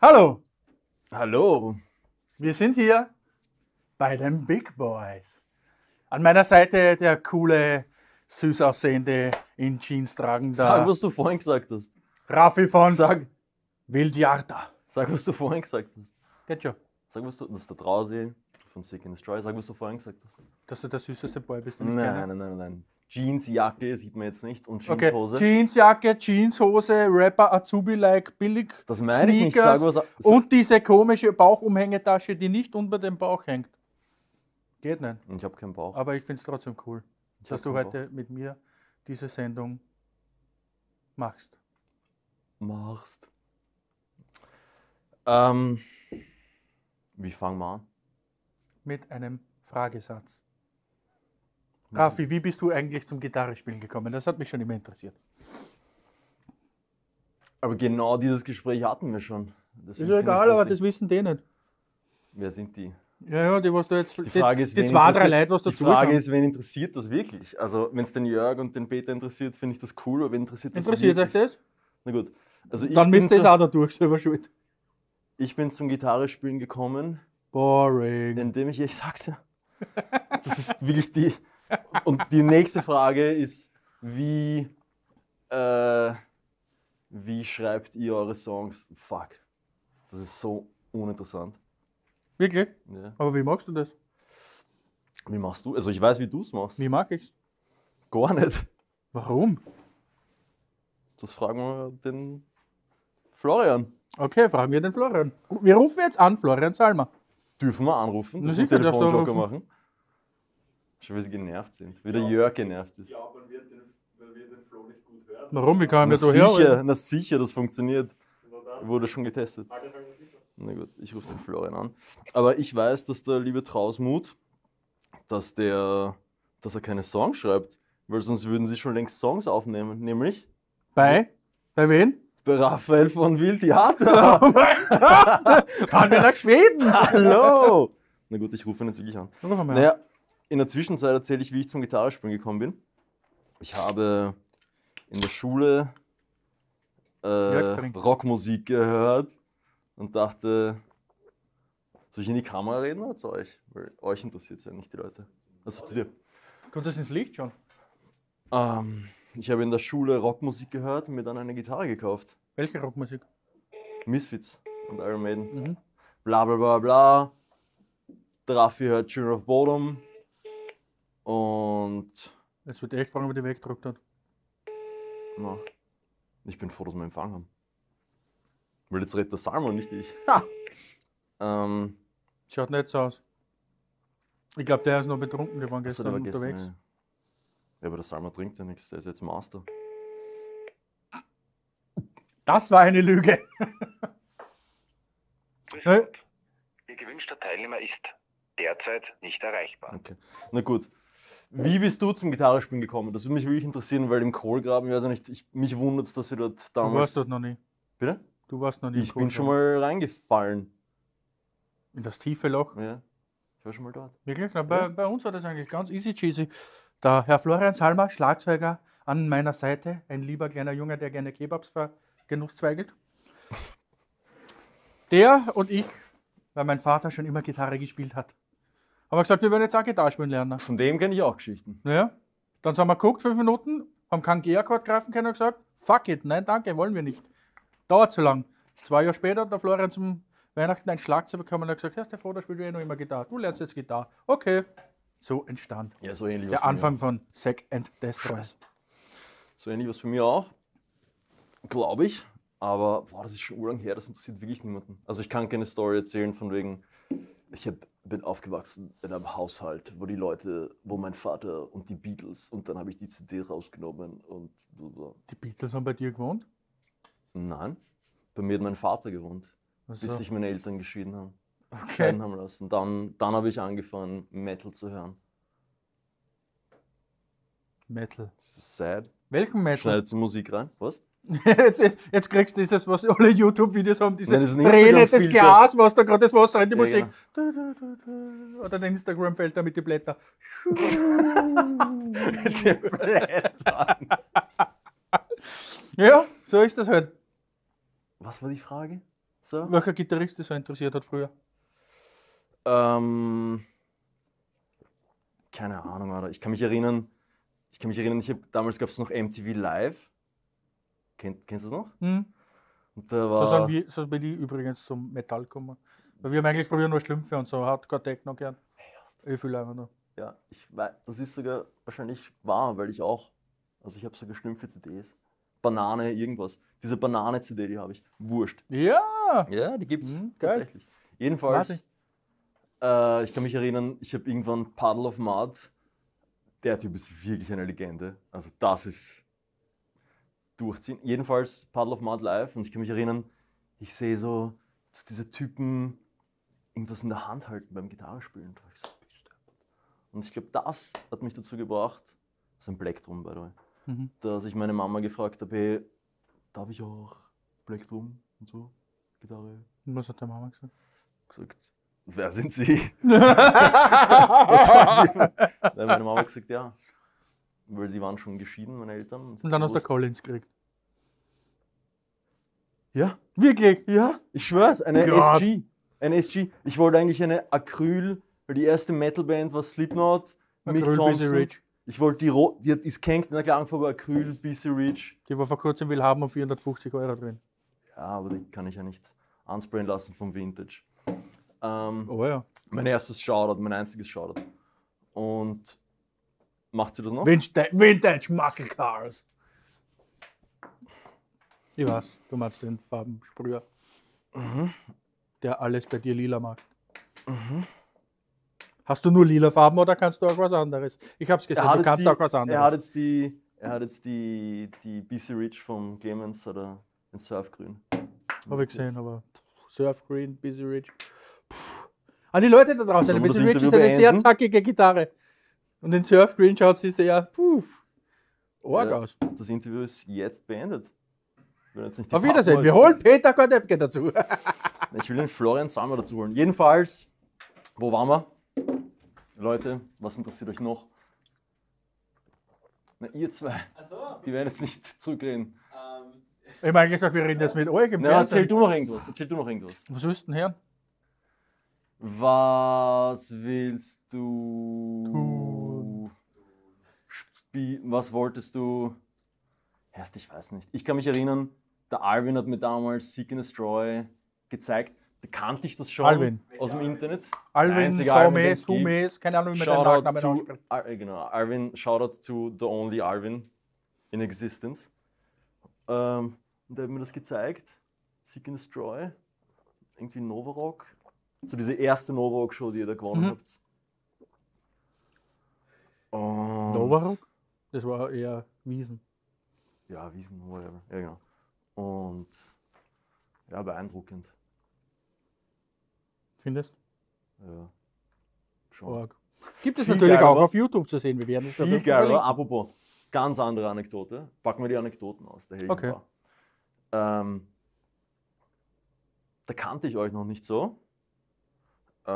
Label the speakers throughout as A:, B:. A: Hallo,
B: Hallo.
A: wir sind hier bei den Big Boys. An meiner Seite der coole, süß aussehende, in Jeans
B: Sag,
A: tragende
B: was du vorhin gesagt hast.
A: Raffi von
B: Sag,
A: Wildjarta.
B: sag, was du vorhin gesagt hast.
A: Geht schon,
B: Sag, was du. Das ist der Drausi von Sick and Destroy. Sag, was du vorhin gesagt hast.
A: dass du der süßeste Boy bist. den ich
B: Nein,
A: kenne.
B: nein, nein, nein, nein. Jeansjacke sieht man jetzt nichts und
A: Okay.
B: Jeanshose.
A: Jeansjacke, Jeanshose, Rapper, Azubi-like, billig.
B: Das meine ich nicht. Sag,
A: Sneakers
B: was.
A: Und diese komische Bauchumhängetasche, die nicht unter dem Bauch hängt. Geht nicht.
B: ich habe keinen Bauch.
A: Aber ich finde es trotzdem cool,
B: Ich
A: dass
B: hab
A: du
B: keinen
A: heute mit mir diese Sendung machst.
B: Bauch. machst. Ähm, wie fangen wir an?
A: Mit einem Fragesatz. Raffi, wie bist du eigentlich zum Gitarrespielen gekommen? Das hat mich schon immer interessiert.
B: Aber genau dieses Gespräch hatten wir schon.
A: Ist ja egal, aber das wissen die nicht.
B: Wer sind die?
A: Ja, ja, die, was du jetzt.
B: Die Frage ist,
A: die,
B: wen
A: zwei, drei
B: interessiert-
A: Leute, was du
B: Die Frage ist, wen interessiert das wirklich? Also, wenn es den Jörg und den Peter interessiert, finde ich das cool, aber wen interessiert das
A: interessiert euch
B: wirklich?
A: das?
B: Na gut. Also ich
A: Dann
B: bin,
A: müsst ihr es
B: zu-
A: auch dadurch selber schuld.
B: ich bin zum Gitarrespielen gekommen,
A: Boring.
B: indem ich, ich sag's ja, das ist wirklich die. Und die nächste Frage ist, wie, äh, wie schreibt ihr eure Songs? Fuck, das ist so uninteressant.
A: Wirklich?
B: Ja.
A: Aber wie machst du das?
B: Wie machst du? Also ich weiß, wie du es machst.
A: Wie mag ich's?
B: Gar nicht.
A: Warum?
B: Das fragen wir den Florian.
A: Okay, fragen wir den Florian. Wir rufen jetzt an, Florian Salmer.
B: Dürfen wir anrufen?
A: Na
B: Dürfen wir
A: sicher darfst du
B: Telefonjoker
A: anrufen.
B: machen? Schon, weil sie genervt sind. Wie der Jörg genervt ist.
C: glaube, man wird den, man wird den Floh nicht gut hören.
A: Warum? Wie kann
B: Na
A: man so
B: sicher,
A: hören?
B: na sicher, das funktioniert.
C: Na dann,
B: Wurde schon getestet.
C: Alter, fang das nicht an.
B: Na gut, ich rufe den Florian an. Aber ich weiß, dass der liebe Trausmut, dass der, dass er keine Songs schreibt, weil sonst würden sie schon längst Songs aufnehmen, nämlich
A: Bei? Bei wen?
B: bei Raphael von Wild Theater.
A: Fahren wir nach Schweden!
B: Hallo! Na gut, ich rufe ihn jetzt wirklich an.
A: Ruf einmal an.
B: Naja, in der Zwischenzeit erzähle ich, wie ich zum Gitarrespielen gekommen bin. Ich habe in der Schule äh,
A: trinkt.
B: Rockmusik gehört und dachte, soll ich in die Kamera reden oder zu euch? Weil euch interessiert es ja nicht, die Leute. Also zu dir.
A: Kommt das ins Licht schon?
B: Ähm, ich habe in der Schule Rockmusik gehört und mir dann eine Gitarre gekauft.
A: Welche Rockmusik?
B: Misfits und Iron Maiden.
A: Mhm.
B: bla bla bla bla. Der Raffi hört Children of Bodom. Und.
A: Jetzt wird echt fragen, ob die weggedruckt hat.
B: Na, ich bin froh, dass wir Empfang haben. Weil jetzt redet der Salmon, nicht ich. Ha! Ähm,
A: Schaut nicht so aus. Ich glaube, der ist noch betrunken, die waren
B: das hat
A: gestern
B: aber
A: unterwegs.
B: gestern. Ja, aber der Salmon trinkt ja nichts, der ist jetzt Master.
A: Das war eine Lüge.
D: Grüß
A: Hey.
D: Gott. Ihr gewünschter Teilnehmer ist derzeit nicht erreichbar.
B: Okay. Na gut. Wie bist du zum Gitarrespielen gekommen? Das würde mich wirklich interessieren, weil im Kohlgraben, ich weiß ja nicht, ich, mich wundert es, dass ihr dort
A: Du
B: damals.
A: warst dort noch nie.
B: Bitte?
A: Du warst noch nie. im
B: Ich bin schon
A: Kohlraum.
B: mal reingefallen.
A: In das tiefe Loch.
B: Ja. Ich war schon mal dort.
A: Wirklich? Na, bei, bei uns war das eigentlich ganz easy cheesy. Der Herr Florian Salmer, Schlagzeuger an meiner Seite, ein lieber kleiner Junge, der gerne Kebabs vergenusszweigelt. Der und ich, weil mein Vater schon immer Gitarre gespielt hat, haben wir gesagt, wir würden jetzt auch Gitarre spielen lernen.
B: Von dem kenne ich auch Geschichten.
A: Naja, dann haben wir geguckt, fünf Minuten, haben keinen GR-Akkord greifen können und gesagt, fuck it, nein danke, wollen wir nicht. Dauert zu lang. Zwei Jahre später hat der Florian zum Weihnachten ein Schlagzeug bekommen und hat gesagt, ja, der Froh, da spielt ja eh noch immer Gitarre. Du lernst jetzt Gitarre. Okay. So entstand
B: Ja, so ähnlich. was
A: der
B: bei mir.
A: Anfang von Sack and Destroy.
B: Scheiße. So ähnlich was bei mir auch. Glaube ich. Aber boah, das ist schon urlang her, das interessiert wirklich niemanden. Also ich kann keine Story erzählen von wegen, ich hab, bin aufgewachsen in einem Haushalt, wo die Leute, wo mein Vater und die Beatles und dann habe ich die CD rausgenommen und so, so.
A: Die Beatles haben bei dir gewohnt?
B: Nein, bei mir hat mein Vater gewohnt,
A: Also,
B: bis sich meine Eltern geschieden haben,
A: okay.
B: scheiden haben lassen. Dann, dann habe ich angefangen, Metal zu hören.
A: Metal.
B: Das ist sad.
A: Welchen Metal?
B: Schneidet zur Musik rein. Was?
A: Jetzt, jetzt, jetzt kriegst du dieses, was alle YouTube-Videos haben, diese
B: Nein, das ist ein
A: Träne, das
B: Instagram-Filter.
A: Glas, was da gerade das Wasser in die
B: Ja,
A: Musik. Du, du, du, du. Oder den Instagram-Filter mit den Blättern.
B: Der Blätter.
A: ja, so ist das halt.
B: Was war die Frage? So.
A: Welcher Gitarrist dich so interessiert hat früher?
B: Ähm, keine Ahnung, Alter. Ich kann mich erinnern, ich kann mich erinnern, ich hab, damals gab es noch MTV Live. Kennt, kennst du das noch?
A: Hm?
B: Und da
A: So,
B: war,
A: sind wir, so bin ich übrigens zum Metall gekommen. Weil wir haben eigentlich früher nur Schlümpfe und so Hardcore Techno gern. Öfel einfach nur.
B: ja, ich wei- das ist sogar wahrscheinlich wahr, weil ich auch, also ich habe sogar Schlümpfe CDs. Banane, irgendwas. Diese Banane-CD, die habe ich. Wurscht.
A: Ja!
B: Ja, die gibt's
A: Mhm, geil.
B: tatsächlich. Jedenfalls, äh, ich kann mich erinnern, ich habe irgendwann Puddle of Mud. Der Typ ist wirklich eine Legende. Also das ist durchziehen. Jedenfalls Puddle of Mud live und ich kann mich erinnern, ich sehe so dass diese Typen irgendwas in der Hand halten beim Gitarrespielen. Und ich so, bist du deppert. Und ich glaube, das hat mich dazu gebracht, das ist ein Plektrum, by the way,
A: Mhm.
B: dass ich meine Mama gefragt habe, hey, darf ich auch Plektrum und so, Gitarre,
A: Was hat der Mama gesagt?
B: gesagt, wer sind Sie? Was haben Sie?
A: und
B: Dann hat meine Mama gesagt, ja. Weil die waren schon geschieden, meine Eltern. Und, sie
A: dann hast du
B: wussten-
A: Collins gekriegt.
B: Ja,
A: Wirklich?
B: ja, ich schwör's, eine
A: Gott.
B: SG. Eine SG. Ich wollte eigentlich eine Acryl, weil die erste Metalband war Slipknot, Mick
A: Acryl, Busy
B: Thompson.
A: Rich.
B: Ich wollte die rot, die hat- ist gehängt in der Klangfarbe Acryl, BC Rich.
A: Die war vor kurzem will haben um 450 Euro drin.
B: Ja, aber die kann ich ja nicht ansprayen lassen vom Vintage. Ähm,
A: Oh ja.
B: Mein erstes Shoutout, mein einziges Shoutout. Und macht sie das noch?
A: Oh. Vintage, Vintage Muscle Cars. Ich weiß, du meinst den Farbensprüher,
B: Mhm.
A: der alles bei dir lila macht. Hast du nur lila Farben oder kannst du auch was anderes? Ich hab's
B: Er
A: gesehen,
B: hat,
A: du
B: jetzt
A: kannst
B: die,
A: auch was anderes.
B: er hat jetzt die, er hat jetzt die, die BC Rich vom Clemens oder in Surfgrün.
A: Habe ich gesehen, aber Surf Green, Busy Rich. Puh. An Ah, die Leute da draußen,
B: Sollen
A: eine
B: wir
A: Busy
B: das
A: Rich ist
B: Interview
A: eine sehr
B: beenden?
A: zackige Gitarre. Und in Surf Green schaut sie sehr, puh, arg
B: Ja.
A: aus.
B: Das Interview ist jetzt beendet. Ich will jetzt nicht die
A: Auf Wiedersehen,
B: Pappen-
A: wir holen Peter Gordepke dazu.
B: Ich will den Florian Sammer dazu holen. Jedenfalls, wo waren wir? Leute, was interessiert euch noch? Na, ihr zwei,
C: Achso,
B: die werden jetzt nicht zurückreden.
C: ähm,
A: Ich habe eigentlich gesagt, wir reden jetzt mit euch im
B: Na, erzähl
A: Fernsehen.
B: du noch irgendwas, erzähl du noch irgendwas.
A: Was willst du denn her?
B: Was willst du?
A: Tun.
B: Spie Was wolltest du? Erst, ich weiß nicht. Ich kann mich erinnern, der Alvin hat mir damals Seek and Destroy gezeigt. Da kannte ich das schon
A: Alvin.
B: aus dem Internet. Der
A: Alvin,
B: einzige Alvin, den
A: Saumes,
B: es gibt.
A: Humes, keine Ahnung, wie man den
B: Shoutout
A: Nachnamen
B: to,
A: ausspricht.
B: Al äh, genau, Alvin, Shoutout to the only Alvin in existence. Ähm, und der hat mir das gezeigt. Seek and Destroy. Irgendwie Novarock. So diese erste Novarock-Show, die ihr da gewonnen
A: Mhm.
B: habt. Und
A: Novarock? Das war eher Wiesen.
B: Ja, Wiesen, whatever. Ja, genau. Und ja, beeindruckend.
A: Findest
B: Ja. Schon.
A: du? Arg. Gibt es
B: Viel
A: natürlich
B: geiler,
A: auch
B: wa?
A: auf YouTube zu sehen. Wir werden es
B: Viel
A: natürlich
B: geil, oder?
A: verlinken.
B: Apropos, ganz andere Anekdote. Packen wir die Anekdoten aus, der Helden
A: Okay.
B: war. Ähm, da kannte ich euch noch nicht so. Äh,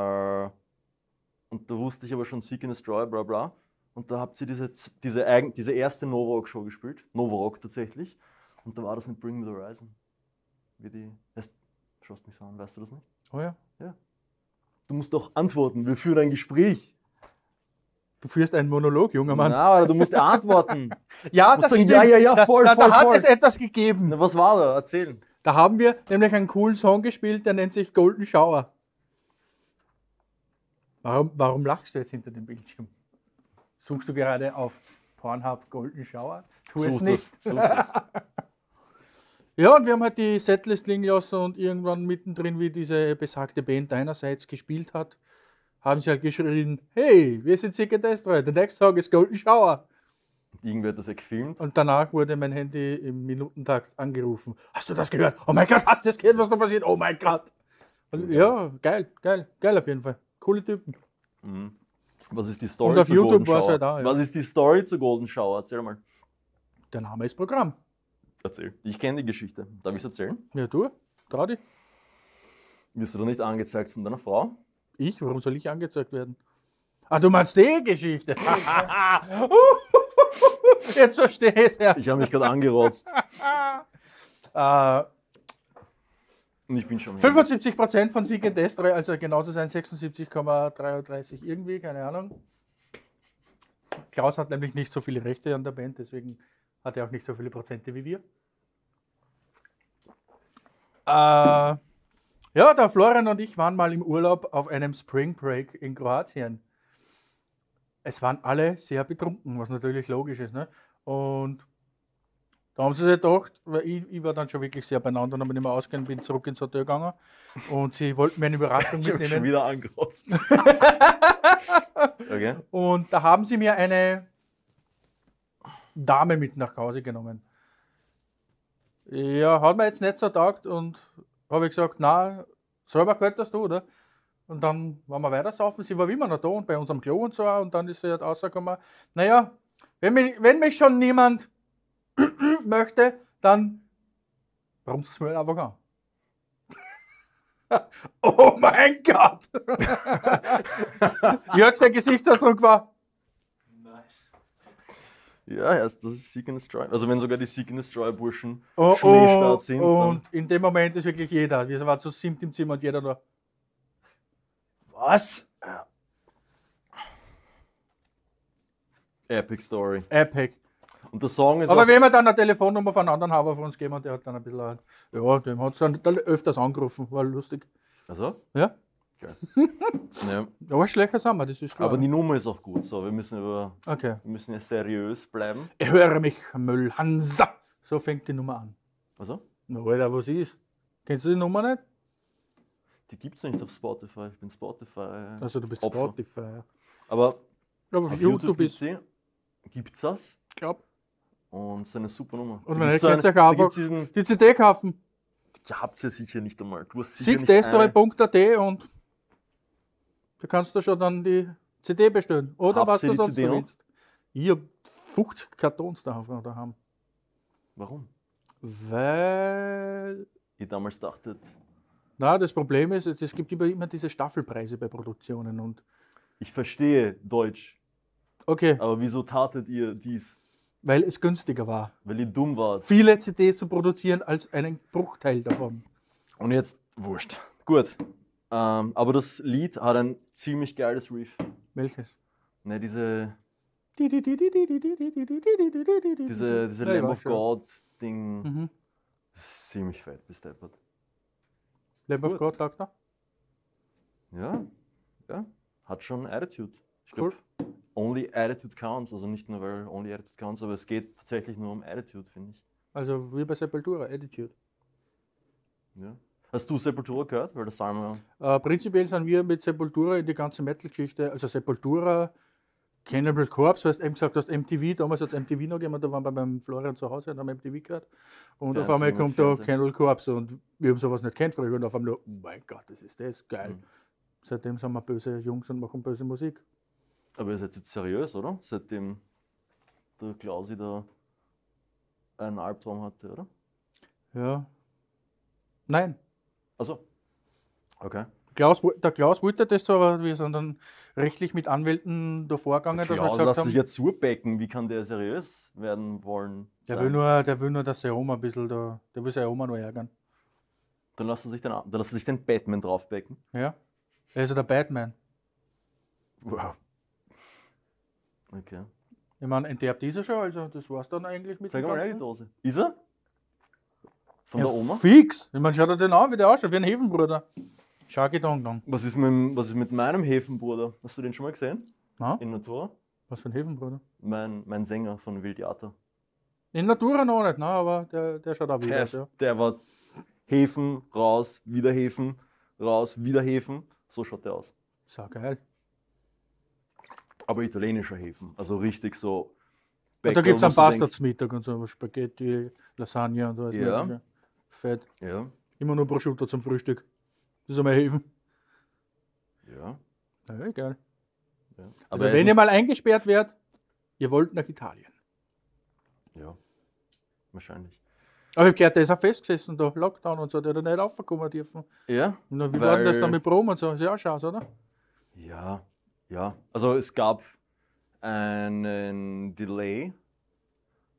B: und da wusste ich aber schon Seek and Destroy, bla bla. Und da habt ihr diese, z- diese, eigen, diese erste Novorock-Show gespielt. Novorock tatsächlich. Und da war das mit Bring Me the Horizon. Wie die. Erst, schaust mich so an, weißt du das nicht?
A: Oh ja.
B: Du musst doch antworten, wir führen ein Gespräch.
A: Du führst einen Monolog, junger Mann.
B: Na, aber du musst antworten.
A: ja,
B: Muss sagen, ja, ja, ja, voll,
A: da, da,
B: voll,
A: da hat
B: voll.
A: es etwas gegeben.
B: Na, was war da? Erzählen.
A: Da haben wir nämlich einen coolen Song gespielt, der nennt sich Golden Shower. Warum, warum lachst du jetzt hinter dem Bildschirm? Suchst du gerade auf Pornhub Golden Shower? Tu es
B: Sucht
A: nicht.
B: es, sucht es.
A: Ja, und wir haben halt die Setlist liegen lassen und irgendwann mittendrin, wie diese besagte Band einerseits gespielt hat, haben sie halt geschrien, hey, wir sind Sick and Destroy, the next song is Golden Shower.
B: Irgendwer hat das ja gefilmt.
A: Und danach wurde mein Handy im Minutentakt angerufen. Hast du das gehört? Oh mein Gott, hast du das gehört, was da passiert? Oh mein Gott. Also, ja, geil, geil, geil auf jeden Fall. Coole Typen.
B: Mhm. Was ist die Story
A: Und auf
B: zu
A: YouTube
B: Golden
A: war's
B: Shower?
A: halt auch, ja.
B: Was ist die Story zu Golden Shower? Erzähl mal.
A: Der Name ist Programm.
B: Erzähl. Ich kenne die Geschichte. Darf ich es erzählen?
A: Ja, du, Tradi.
B: Wirst du da nicht angezeigt von deiner Frau?
A: Ich? Warum soll ich angezeigt werden? Ah, du meinst die Geschichte. Jetzt verstehe ich es ja. Ah,
B: Ich habe mich gerade angerotzt.
A: Äh,
B: Und ich bin schon.
A: 75% von Sieg in Destre, also genau zu sein, 76,33 irgendwie, keine Ahnung. Klaus hat nämlich nicht so viele Rechte an der Band, deswegen hat er auch nicht so viele Prozente wie wir. Äh, ja, der Florian und ich waren mal im Urlaub auf einem Spring Break in Kroatien. Es waren alle sehr betrunken, was natürlich logisch ist. Ne? Und da haben sie sich gedacht, weil ich, ich war dann schon wirklich sehr beieinander und habe nicht mehr ausgegangen, bin zurück ins Hotel gegangen und sie wollten mir eine Überraschung
B: Ich hab mich schon
A: mitnehmen.
B: wieder angerotzt. okay.
A: Und da haben sie mir eine Dame mit nach Hause genommen. Ja, hat mir jetzt nicht so taugt und habe ich gesagt, na, selber gehört das du, oder? Und dann waren wir weiter saufen, sie war wie immer noch da und bei unserem Klo und so auch. und dann ist sie halt rausgekommen, naja, wenn mich, wenn mich schon niemand möchte, dann brumst es mir einfach an. oh mein Gott! Jörg, sein Gesichtsausdruck war,
C: Nice.
B: Ja, ja, das ist Seek and Destroy. Also wenn sogar die Seek and Destroy Burschen
A: Oh,
B: schon eh
A: oh,
B: stark sind,
A: und
B: dann
A: in dem Moment ist wirklich jeder. Wir waren zu siebt im Zimmer und jeder da.
B: was? Epic Story.
A: Epic.
B: Und der Song ist
A: äh, Aber
B: auch,
A: wenn wir dann eine Telefonnummer von einem anderen Haber von uns geben und der hat dann ein bisschen. ein- Ja, dem hat es dann dann öfters angerufen. War lustig.
B: also,
A: Ja?
B: ja.
A: Aber schlechter sind wir, das ist klar.
B: aber die Nummer ist auch gut. So, wir müssen über,
A: okay.
B: wir müssen ja seriös bleiben.
A: Ich höre mich, Müllhansa. So fängt die Nummer an.
B: Also,
A: Na, Alter, was ist? Kennst du die Nummer nicht?
B: die gibt's nicht auf Spotify. Ich bin Spotify.
A: Also, du bist
B: Opfer.
A: Spotify. ja.
B: Aber
A: Aber
B: auf
A: auf
B: YouTube
A: YouTube
B: gibt's
A: ist.
B: sie. Gibt's das?
A: Glaub.
B: Und ist eine super Nummer.
A: Und
B: Da
A: wenn
B: gibt's
A: nicht,
B: so
A: könnt's
B: einen-
A: euch auch
B: da gibt's
A: einfach-
B: diesen,
A: Die CD kaufen.
B: ich hab's ja sicher nicht einmal. Du hast sicher nicht eine-
A: Siegdestroy.at und da kannst du schon dann die CD bestellen. Oder
B: Habt
A: was
B: ihr
A: du
B: die
A: sonst
B: CD
A: so
B: noch?
A: willst. Ich hab 50 Kartons davon daheim.
B: Warum?
A: Weil.
B: Ihr damals dachtet,
A: Na, das Problem ist, es gibt immer- immer diese Staffelpreise bei Produktionen und.
B: ich verstehe Deutsch,
A: Okay,
B: aber wieso tatet ihr dies?
A: weil es günstiger war.
B: Weil ihr dumm wart.
A: Viele CDs zu produzieren als einen Bruchteil davon.
B: Und jetzt, wurscht. Gut. Ähm, aber das Lied hat ein ziemlich geiles Riff.
A: Welches?
B: Ne, diese,
A: Diese,
B: diese, diese Lamb of God-Ding.
A: Mhm.
B: ist Ziemlich fett besteppert.
A: Lamb of
B: gut.
A: God, sagt er.
B: Ja, ja. Hat schon Attitude. Ich
A: Cool.
B: glaube, only Attitude counts. Also nicht nur, weil only Attitude counts, aber es geht tatsächlich nur um Attitude, finde ich.
A: Also wie bei Sepultura, Attitude.
B: Ja. Hast du Sepultura gehört? Weil das sagen wir.
A: Äh, prinzipiell sind wir mit Sepultura in die ganze Metal-Geschichte, also Sepultura, Cannibal Corpse, weil du eben gesagt hast, MTV, damals hat es MTV noch gegeben, da waren wir beim Florian zu Hause und haben MTV gehört. Und
B: Der
A: auf einmal
B: einzige mit
A: kommt da
B: Fernsehen.
A: Cannibal Corpse und wir haben sowas nicht kennt früher und auf einmal, oh mein Gott, das ist das, geil.
B: Mhm.
A: Seitdem sind wir böse Jungs und machen böse Musik.
B: Aber ihr seid jetzt seriös, oder? Seitdem der Klausi da einen Albtraum hatte, oder?
A: Ja. Nein.
B: Also. Okay.
A: Klaus, wo- der Klaus wollte das so, aber wir sind dann rechtlich mit Anwälten da vorgegangen, dass wir
B: Klaus
A: gesagt
B: lässt
A: haben,
B: sich jetzt urbecken. Wie kann der seriös werden wollen?
A: der
B: sein?
A: will, nur, der will nur, dass seine Oma ein bisschen da, der will seine Oma noch ärgern.
B: Dann lässt er sich den, dann lässt er sich den Batman draufbecken.
A: Ja. Er ist ja der Batman.
B: Wow. Okay.
A: Ich meine, enterbt ist er schon, also das war's dann eigentlich mit
B: Zeig
A: dem
B: mal rein die
A: Ganzen.
B: Dose. Ist er? Von der
A: Ja,
B: Oma?
A: Fix! Ich meine, schaut er den an, wie der ausschaut, wie ein Hefenbruder. Schaki Dong Dong.
B: Was ist, mit, dem- was ist mit meinem Hefenbruder? Hast du den schon mal gesehen?
A: Na,
B: In Natur?
A: was für ein Hefenbruder?
B: Mein, mein Sänger von Wild Theater.
A: In Natura noch nicht, na, aber der, der schaut auch wieder
B: Der,
A: aus.
B: ist,
A: Ja.
B: der war Hefen, raus, wieder Hefen, raus, wieder Hefen. So schaut der aus.
A: So geil.
B: Aber italienischer Hefen. Also richtig so.
A: Und da
B: Bäcker,
A: gibt's
B: wo
A: einen
B: du denkst-
A: Pasta zum Mittag und so, Spaghetti, Lasagne und so.
B: Ja.
A: Fett.
B: Ja,
A: Immer nur Prosciutto zum Frühstück. Das ist einmal Hefen.
B: ja.
A: Ja, egal.
B: ja.
A: Also,
B: er ist
A: wenn ihr
B: nicht-
A: mal eingesperrt werdet, ihr wollt nach Italien.
B: Ja. Wahrscheinlich.
A: Aber ich hab gehört, der ist auch festgesessen da, Lockdown und so, der hat nicht raufkommen dürfen.
B: Ja?
A: Und dann, wie
B: Weil-
A: war denn das dann mit Proben und so? Ist ja auch Chance, oder?
B: Ja, ja. Also es gab einen Delay.
A: Mhm.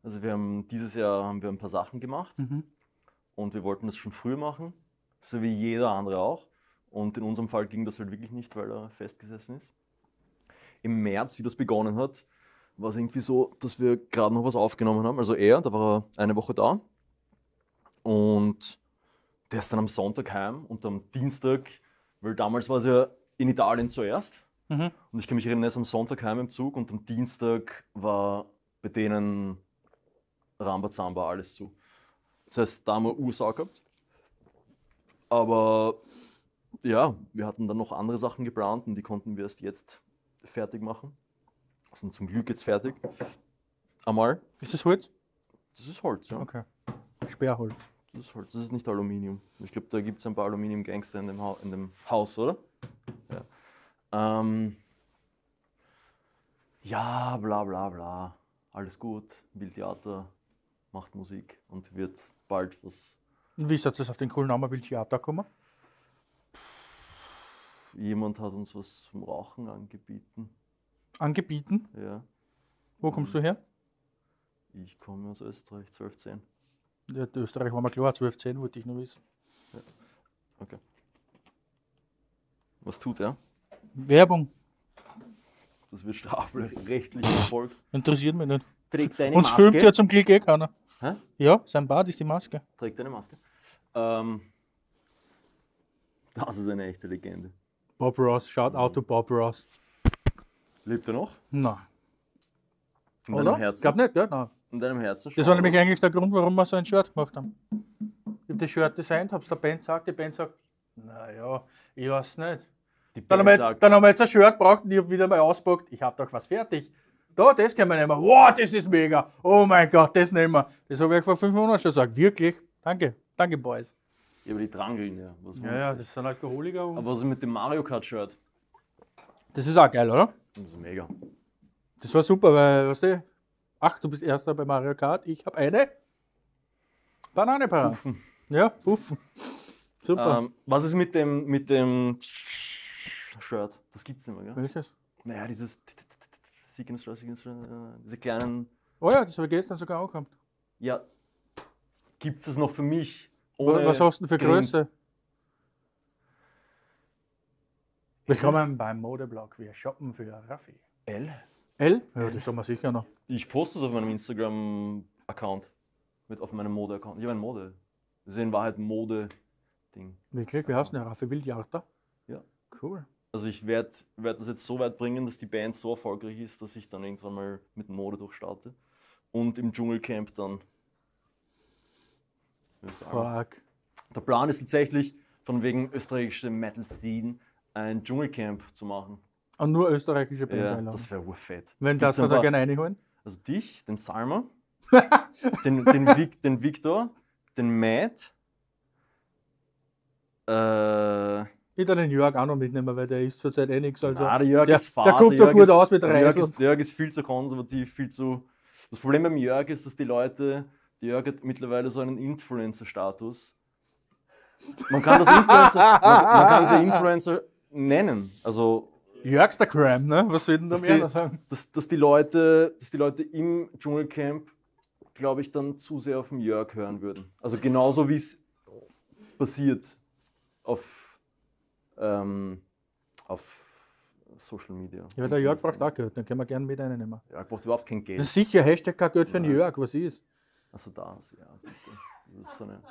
B: Also wir haben dieses Jahr haben wir ein paar Sachen gemacht und wir wollten das schon früh machen. so wie jeder andere auch. Und in unserem Fall ging das halt wirklich nicht, weil er festgesessen ist. Im März, wie das begonnen hat, war es irgendwie so, dass wir gerade noch was aufgenommen haben. Also er, da war er eine Woche da. Und der ist dann am Sonntag heim und am Dienstag, weil damals war es ja in Italien zuerst.
A: Mhm.
B: Und ich kann mich erinnern, er ist am Sonntag heim im Zug und am Dienstag war bei denen Rambazamba alles zu. Das heißt, da haben wir Ursau gehabt. Aber ja, wir hatten dann noch andere Sachen geplant und die konnten wir erst jetzt fertig machen. Sind zum Glück jetzt fertig. Einmal.
A: Ist das Holz?
B: Das ist Holz, ja.
A: Okay. Sperrholz.
B: Das ist Holz, das ist nicht Aluminium. Ich glaube, da gibt es ein paar Aluminium-Gangster in, dem Hau- in dem Haus, oder? Ja. Ähm, ja, bla bla bla. Alles gut. Will Theater, macht Musik und wird bald was.
A: Und Wie ist das auf den coolen Namen Will Theater kommen?
B: Jemand hat uns was zum Rauchen angebieten.
A: Angebieten.
B: Ja.
A: Wo kommst du her?
B: Ich komme aus Österreich, 1210.
A: Ja, in Österreich war mal klar, 1210 wollte ich nur wissen.
B: Was tut er?
A: Werbung.
B: Das wird strafrechtlich verfolgt.
A: Interessiert mich nicht.
B: Trägt deine
A: Uns filmt ja zum Glück eh keiner.
B: Hä?
A: Ja, sein Bart ist die Maske.
B: Trägt eine Maske. Ähm, das ist eine echte Legende.
A: Bob Ross, schaut Auto Bob Ross.
B: Lebt er noch?
A: Na,
B: In
A: oder?
B: deinem Herzen?
A: Glaub nicht, ja, nein.
B: In deinem Herzen schon.
A: Das war nämlich eigentlich der Grund, warum wir so ein Shirt gemacht haben. Ich hab das Shirt designt, hab's der Band gesagt, die Band sagt, naja, ich weiß nicht. Dann
B: Die Band
A: haben, wir,
B: sagt,
A: dann haben wir jetzt ein Shirt braucht und ich hab wieder mal auspackt, ich hab doch was fertig. Da, das können wir nehmen. Wow, das ist mega. Oh mein Gott, das nehmen wir. Das habe ich euch vor fünf Monaten schon gesagt. Wirklich. Danke. Danke, Boys.
B: ja, aber die Drangeln, ja. Was
A: Ja, ja, das sind halt Alkoholiker. Und
B: aber was ist mit dem Mario Kart Shirt?
A: das ist auch geil, oder?
B: Das ist mega.
A: Das war super, weil, weißt du, ach, du bist Erster bei Mario Kart, ich habe eine Banane parat.
B: Puffen.
A: Ja, puffen. Super.
B: Ähm, was ist mit dem, mit dem Shirt? Das gibt's nicht mehr, gell?
A: Welches?
B: Naja, dieses Signature, Signature, äh, diese kleinen.
A: Oh ja, das habe ich gestern sogar auch gehabt.
B: Ja, gibt's es noch für mich?
A: Wa- Was hast du denn für
B: Grün?
A: Größe? Willkommen beim Modeblog. Wir shoppen für Raffi.
B: L?
A: L? Ja, das haben wir sicher noch.
B: Ich poste es auf meinem Instagram-Account. Mit auf meinem Mode-Account. Ich habe ein Mode. Das ist in Wahrheit Mode-Ding.
A: Wirklich? Wie heißt denn der Raffi Wildjarter?
B: Ja.
A: Cool.
B: Also ich werde werd das jetzt so weit bringen, dass die Band so erfolgreich ist, dass ich dann irgendwann mal mit Mode durchstarte. Und im Dschungelcamp dann. würd ich Sagen.
A: Fuck.
B: Der Plan ist tatsächlich, von wegen österreichische metal szene ein Dschungelcamp zu machen.
A: Und nur österreichische Bands
B: Ja,
A: einladen.
B: das wäre urfett.
A: Wenn das,
B: Gibt's
A: dann
B: ein
A: da
B: paar-
A: gerne reinholen.
B: Also dich, den Salma, den, den, Vic, den Victor, den Matt, äh,
A: Ich darf den Jörg auch noch mitnehmen, weil der ist zurzeit eh nichts. Also.
B: na, der Jörg
A: der-
B: ist
A: der
B: fad,
A: guckt doch
B: Jörg
A: gut
B: ist,
A: aus mit
B: der Jörg
A: Reis
B: ist, der Jörg ist viel zu konservativ, viel zu. Das Problem beim Jörg ist, dass die Leute, der Jörg hat mittlerweile so einen Influencer-Status. Man kann das Influencer, man, man kann sie Influencer nennen. Also
A: Jörgstergram, ne? Was soll denn da
B: Dass
A: mehr
B: die-
A: noch sagen?
B: dass, dass, die Leute, dass die Leute im Dschungelcamp, glaube ich, dann zu sehr auf den Jörg hören würden. Also genauso wie es passiert auf, ähm, auf Social Media.
A: Ja, weil der Jörg braucht auch Geld, dann können wir gerne mit einen nehmen.
B: Jörg braucht überhaupt kein
A: Das
B: Geld.
A: ist sicher Hashtag kein Geld für den
B: Nein.
A: Jörg, was ist?
B: Also das, ja, bitte. Das ist so eine.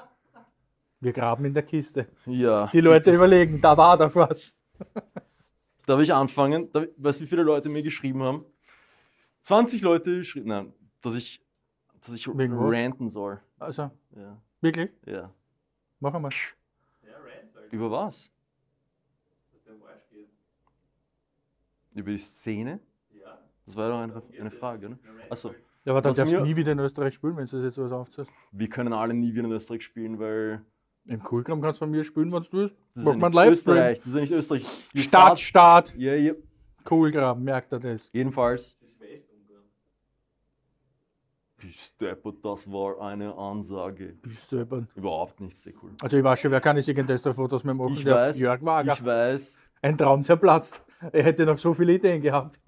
A: Wir graben in der Kiste.
B: Ja.
A: Die Leute überlegen, da war doch was.
B: Darf ich anfangen? Darf, weißt du, wie viele Leute mir geschrieben haben? 20 Leute geschrieben. Nein, dass ich, dass ich
A: Wegen was?
B: ranten soll.
A: Also,
B: Ja,
A: wirklich,
B: ja.
A: machen wir.
C: Ja, Rant, weil
B: Über was?
C: das dem Arsch geht.
B: Über die Szene?
C: Ja.
B: Das war doch eine,
C: darum geht's
B: eine
C: ja.
B: Frage, ne?
C: Ja, Rant,
B: Achso,
C: weil-
A: Ja, aber dann
B: Was
A: darfst du
B: mir-
A: nie wieder in Österreich spielen, wenn du das jetzt alles aufziehst.
B: wir können alle nie wieder in Österreich spielen, weil
A: Im Coolcam kannst du von mir spielen, wenn du willst.
B: das ist
A: Mach
B: ja
A: mal einen
B: nicht
A: Livestream.
B: Österreich. Das ist ja nicht Österreich. Ihr
A: Start,
B: fahrt-
A: Start.
B: Ja, ja.
A: Coolgraben, merkt er das.
B: Jedenfalls.
C: Das ist Westungarn.
B: Steppert, das war eine Ansage.
A: Bist du jemand?
B: Überhaupt nicht, sehr cool.
A: Also, ich weiß schon, wer kann sich irgendein Fotos mehr machen,
B: Ich
A: der auf
B: weiß,
A: Jörg Wager.
B: Ich weiß.
A: Ein Traum zerplatzt. Er hätte noch so viele Ideen gehabt.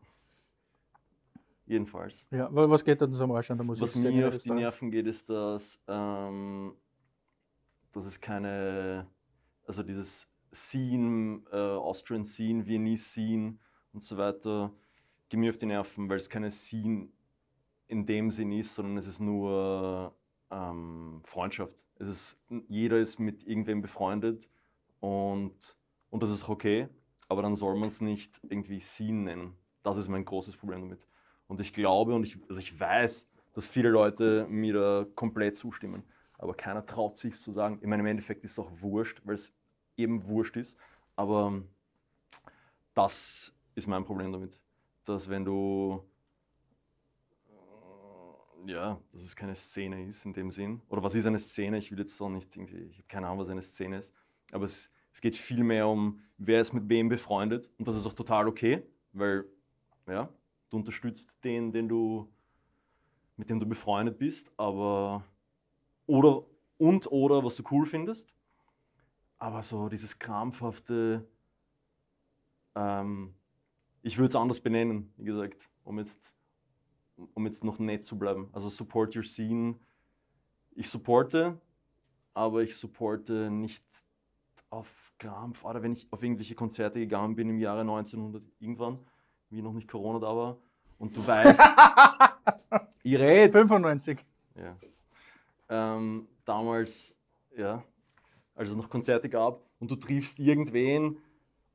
B: Jedenfalls.
A: Ja, wa- was geht denn so am Arsch an der Musik?
B: Was mir auf die Nerven geht, ist, dass, ähm, dass es keine also dieses Scene, äh, Austrian Scene, Viennese Scene und so weiter, geht mir auf die Nerven, weil es keine Scene in dem Sinn ist, sondern es ist nur ähm, Freundschaft. Es ist, jeder ist mit irgendwem befreundet und, und das ist okay, aber dann soll man es nicht irgendwie Scene nennen. Das ist mein großes Problem damit. Und ich glaube und ich, also ich weiß, dass viele Leute mir da komplett zustimmen. Aber keiner traut sich zu sagen. Ich meine, im Endeffekt ist es auch wurscht, weil es eben wurscht ist. Aber ähm, das ist mein Problem damit. Dass wenn du. äh, Ja, dass es keine Szene ist in dem Sinn. Oder was ist eine Szene? Ich will jetzt auch nicht irgendwie. Ich habe keine Ahnung, was eine Szene ist. Aber es, es geht vielmehr um, wer ist mit wem befreundet. Und das ist auch total okay, weil, ja, du unterstützt den, den du mit dem du befreundet bist, aber oder und oder was du cool findest. Aber so dieses krampfhafte, ähm, ich würde es anders benennen, wie gesagt, um jetzt, um jetzt noch nett zu bleiben. Also support your scene. Ich supporte, aber ich supporte nicht auf Krampf. Oder wenn ich auf irgendwelche Konzerte gegangen bin im Jahre 1900 irgendwann, wie noch nicht Corona da war, und du weißt, ich rede.
A: 95.
B: Ja. Ähm, damals, ja, als es noch Konzerte gab und du triffst irgendwen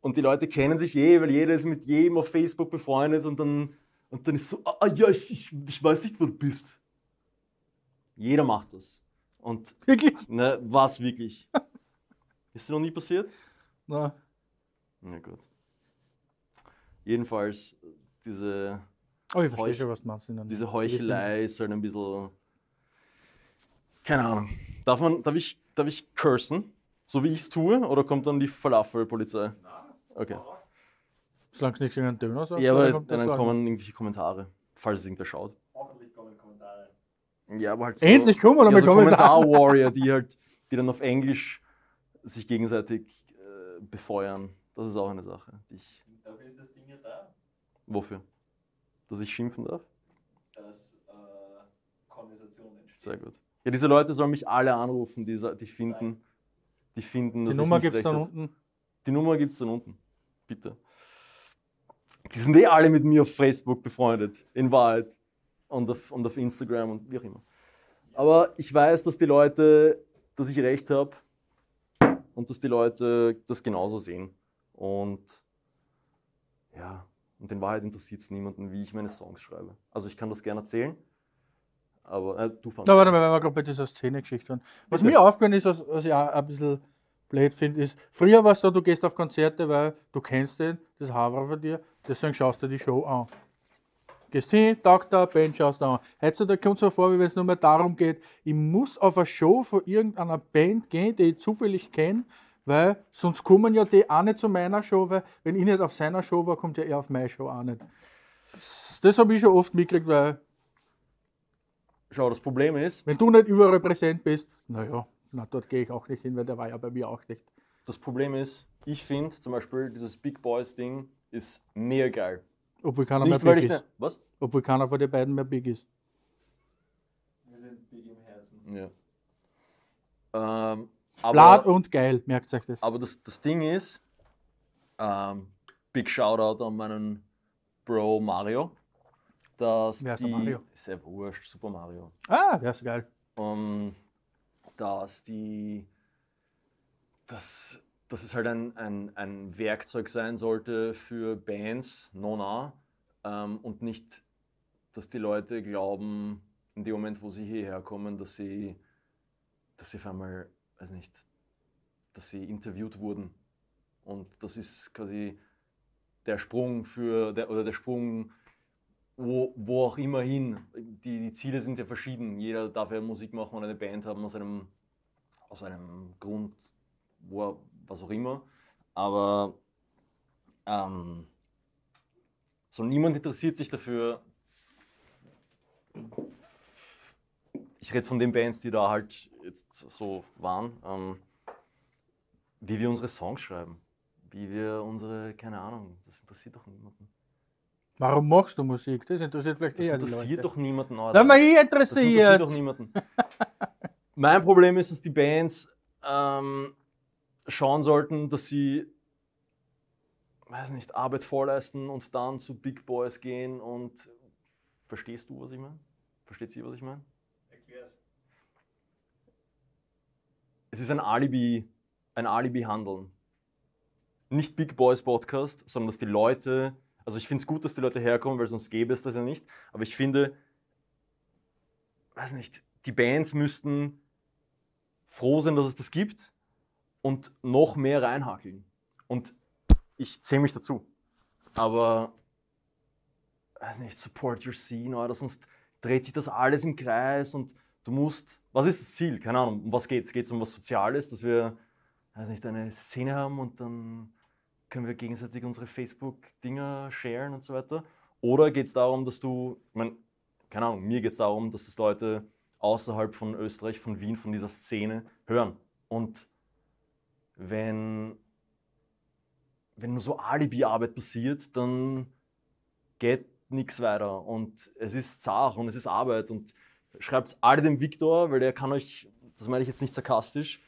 B: und die Leute kennen sich eh, weil jeder ist mit jedem auf Facebook befreundet und dann, und dann ist so, ah ah, ja, ich, ich, ich weiß nicht, wo du bist. Jeder macht das. Und
A: Wirklich?
B: ne, was wirklich? Ist dir noch nie passiert?
A: Na,
B: Na gut. Jedenfalls, diese
A: aber ich verstehe
B: Heuch-
A: schon, was du meinst. in einem-
B: diese Heuchelei ist halt ein bisschen. Keine Ahnung. Darf, man, darf, ich, darf ich cursen? So wie ich es tue? Oder kommt dann die Falafel-Polizei? Okay.
A: Solange es nicht irgendein Döner sagt.
B: Ja,
A: dann
B: aber
A: kommt das
B: dann
A: sagen.
B: kommen irgendwelche Kommentare, falls es irgendwer schaut.
C: Hoffentlich kommen Kommentare.
B: Ja, aber halt
A: Endlich kommen wir
B: ja,
A: mit
B: so
A: Kommentaren.
B: Kommentar-Warrior, die halt, die dann auf Englisch sich gegenseitig äh, befeuern. Das ist auch eine Sache. Die ich,
C: Dafür ist das Ding ja da,
B: wofür? Dass ich schimpfen darf?
C: dass äh, Konversationen entstehen.
B: Sehr gut. Ja, diese Leute sollen mich alle anrufen, die, sa- die finden, die finden,
A: Die
B: dass
A: Nummer
B: ich nicht
A: gibt es
B: recht
A: dann
B: hab.
A: unten.
B: Die Nummer gibt's dann unten. Bitte. Die sind eh alle mit mir auf Facebook befreundet, in Wahrheit. Und auf, und auf Instagram und wie auch immer. Aber ich weiß, dass die Leute, dass ich recht habe und dass die Leute das genauso sehen. Und ja, und in Wahrheit interessiert es niemanden, wie ich meine Songs schreibe. Also ich kann das gerne erzählen, aber äh, du fandest
A: Na, warte mal, wenn wir gerade bei dieser Szene-Geschichte waren. Was
B: Bitte.
A: mir aufgefallen ist, was, was ich auch ein bisschen blöd finde, ist, früher war es so, du gehst auf Konzerte, weil du kennst den, das Haver von dir, deswegen schaust du die Show an. Gehst hin, taugt da, Band schaust du an. Heutzutage kommt es mir vor, wie wenn es nur mehr darum geht, ich muss auf eine Show von irgendeiner Band gehen, die ich zufällig kenne, weil sonst kommen ja die auch nicht zu meiner Show, weil wenn ich nicht auf seiner Show war, kommt ja er auf meine Show auch nicht. Das, das habe ich schon oft mitgekriegt, weil
B: Schau, das Problem ist,
A: wenn du nicht überall präsent bist, naja, na, dort gehe ich auch nicht hin, weil der war ja bei mir auch nicht.
B: Das Problem ist, ich finde zum Beispiel dieses Big Boys Ding ist mega geil.
A: Obwohl keiner
B: Nicht,
A: mehr
B: weil ich
A: Big
B: ne
A: ist.
B: Was?
A: Obwohl keiner von den beiden mehr Big ist.
C: Wir sind big im Herzen.
B: Ja. Ähm,
A: Blatt
B: aber
A: und geil, merkt euch das.
B: aber das, das Ding ist, ähm, Big Shoutout an meinen Bro Mario. Dass
A: Wer ist
B: die,
A: der Mario?
B: Ist ja wurscht, Super Mario.
A: Ah, der ist geil.
B: ähm, dass die, dass, dass es halt ein, ein, ein Werkzeug sein sollte für Bands, nona, ähm, und nicht, dass die Leute glauben, in dem Moment, wo sie hierher kommen, dass sie, dass sie auf einmal, weiß nicht, dass sie interviewt wurden. Und das ist quasi der Sprung für, der, oder der Sprung wo, wo auch immer hin. Die, die Ziele sind ja verschieden. Jeder darf ja Musik machen und eine Band haben aus einem, aus einem Grund, wo er, was auch immer. Aber ähm, so niemand interessiert sich dafür. Ich rede von den Bands, die da halt jetzt so waren, ähm, wie wir unsere Songs schreiben, wie wir unsere, keine Ahnung, das interessiert doch niemanden.
A: Warum machst du Musik? Das interessiert vielleicht
B: Das
A: eher die
B: interessiert
A: Leute.
B: doch niemanden. Alter.
A: Na, mich
B: das interessiert
A: interessiert.
B: doch niemanden. mein Problem ist, dass die Bands ähm, schauen sollten, dass sie, weiß nicht, Arbeit vorleisten und dann zu Big Boys gehen und verstehst du, was ich meine? Versteht sie, was ich meine?
C: Erklär's.
B: Es ist ein Alibi, ein Alibi-Handeln. Nicht Big Boys Podcast, sondern dass die Leute, also ich finde es gut, dass die Leute herkommen, weil sonst gäbe es das ja nicht, aber ich finde, weiß nicht, die Bands müssten froh sein, dass es das gibt und noch mehr reinhakeln. Und ich zähle mich dazu. Aber, weiß nicht, support your scene, oder sonst dreht sich das alles im Kreis und du musst, was ist das Ziel? Keine Ahnung, um was geht's? Geht's um was Soziales, dass wir, weiß nicht, eine Szene haben und dann können wir gegenseitig unsere Facebook-Dinger sharen und so weiter? Oder geht's darum, dass du, ich meine, keine Ahnung, mir geht's darum, dass das Leute außerhalb von Österreich, von Wien, von dieser Szene hören. Und wenn, wenn nur so Alibi-Arbeit passiert, dann geht nichts weiter. Und es ist zart und es ist Arbeit. Und schreibt alle dem Viktor, weil der kann euch, das meine ich jetzt nicht sarkastisch,